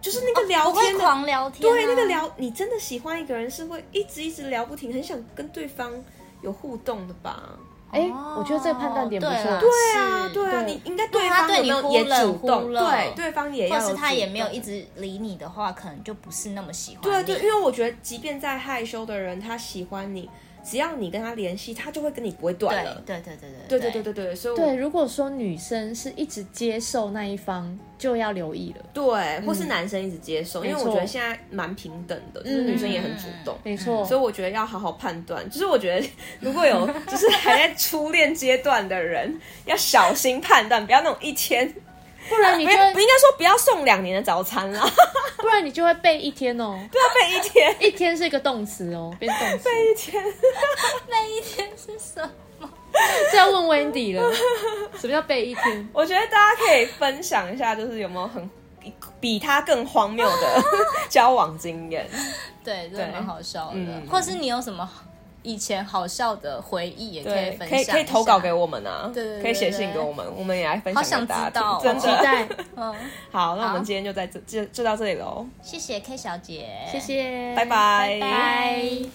S2: 就是那个
S1: 我
S2: 聊
S1: 哦会
S2: 天的
S1: 狂聊天、啊，
S2: 对，那个聊，你真的喜欢一个人是会一直一直聊不停，很想跟对方有互动的吧？
S3: 哎、
S1: 哦
S3: 我觉得这个判断点不
S1: 对
S3: 错
S1: 啦。
S2: 对啊，
S1: 是
S2: 对啊，
S3: 对
S2: 你应该
S1: 如
S2: 对
S1: 果他
S2: 方
S1: 对
S2: 有
S1: 你忽
S2: 没有也
S1: 冷
S2: 主
S1: 忽
S2: 动？
S1: 热
S2: 对，对方也要
S1: 或是
S2: 有
S1: 他
S2: 主
S1: 也没有
S2: 动
S1: 一。直理你
S2: 啊
S1: 的话，可能就不是那么喜欢你。
S2: 对对，因为我觉得，即便再害羞的人，他喜欢你，只要你跟他联系，他就会跟你不会断了。
S1: 对对对
S2: 对
S1: 对
S2: 对
S1: 对
S2: 对对对，所以我
S3: 对，如果说女生是一直接受那一方，就要留意 了。
S2: 对，或是男生一直接受，因为
S3: 没
S2: 我
S3: 错
S2: 觉得现在蛮平等的，就是女生也很主动。
S3: 嗯
S2: 嗯
S3: 没
S1: 哦
S3: 错，
S2: 所以我觉得要好好判断，就是我觉得如果有 就是还在初恋阶段的人，要小心判断，不要那种一天，
S3: 不然你
S2: 不
S3: 就
S2: 不应该
S3: 会，
S2: 说不要送两年的早餐啦， 不
S3: 不然你就会背一天 哦。
S2: 要被一天。
S3: 一天是一个动词哦，变动词。
S2: 被一天，
S1: 每一天是什么？
S3: 这要问 Wendy 了，什么叫背一天？
S2: 我觉得大家可以分享一下，就是有没有很比比他更荒谬 的交往经验？
S1: 对，真的蛮好笑的。
S2: 嗯
S1: 或是你有什么以前好笑的回忆，也可以
S2: 对，
S1: 分
S2: 可
S1: 享
S2: 以
S1: 一下
S2: 可以投稿给。我们啊，
S1: 对对对
S2: 可以写信给我们，我们也来分
S1: 好想
S2: 享给大
S1: 知
S2: 家
S1: 道
S2: 听。
S1: 哦，
S2: 真
S3: 期
S2: 的，
S3: 待，
S1: 嗯，
S2: 好，那我
S1: 好
S2: 们今天就在这，就就到这里喽，
S1: 谢谢 K 小姐，
S3: 谢谢，
S2: 拜拜
S1: 哎拜拜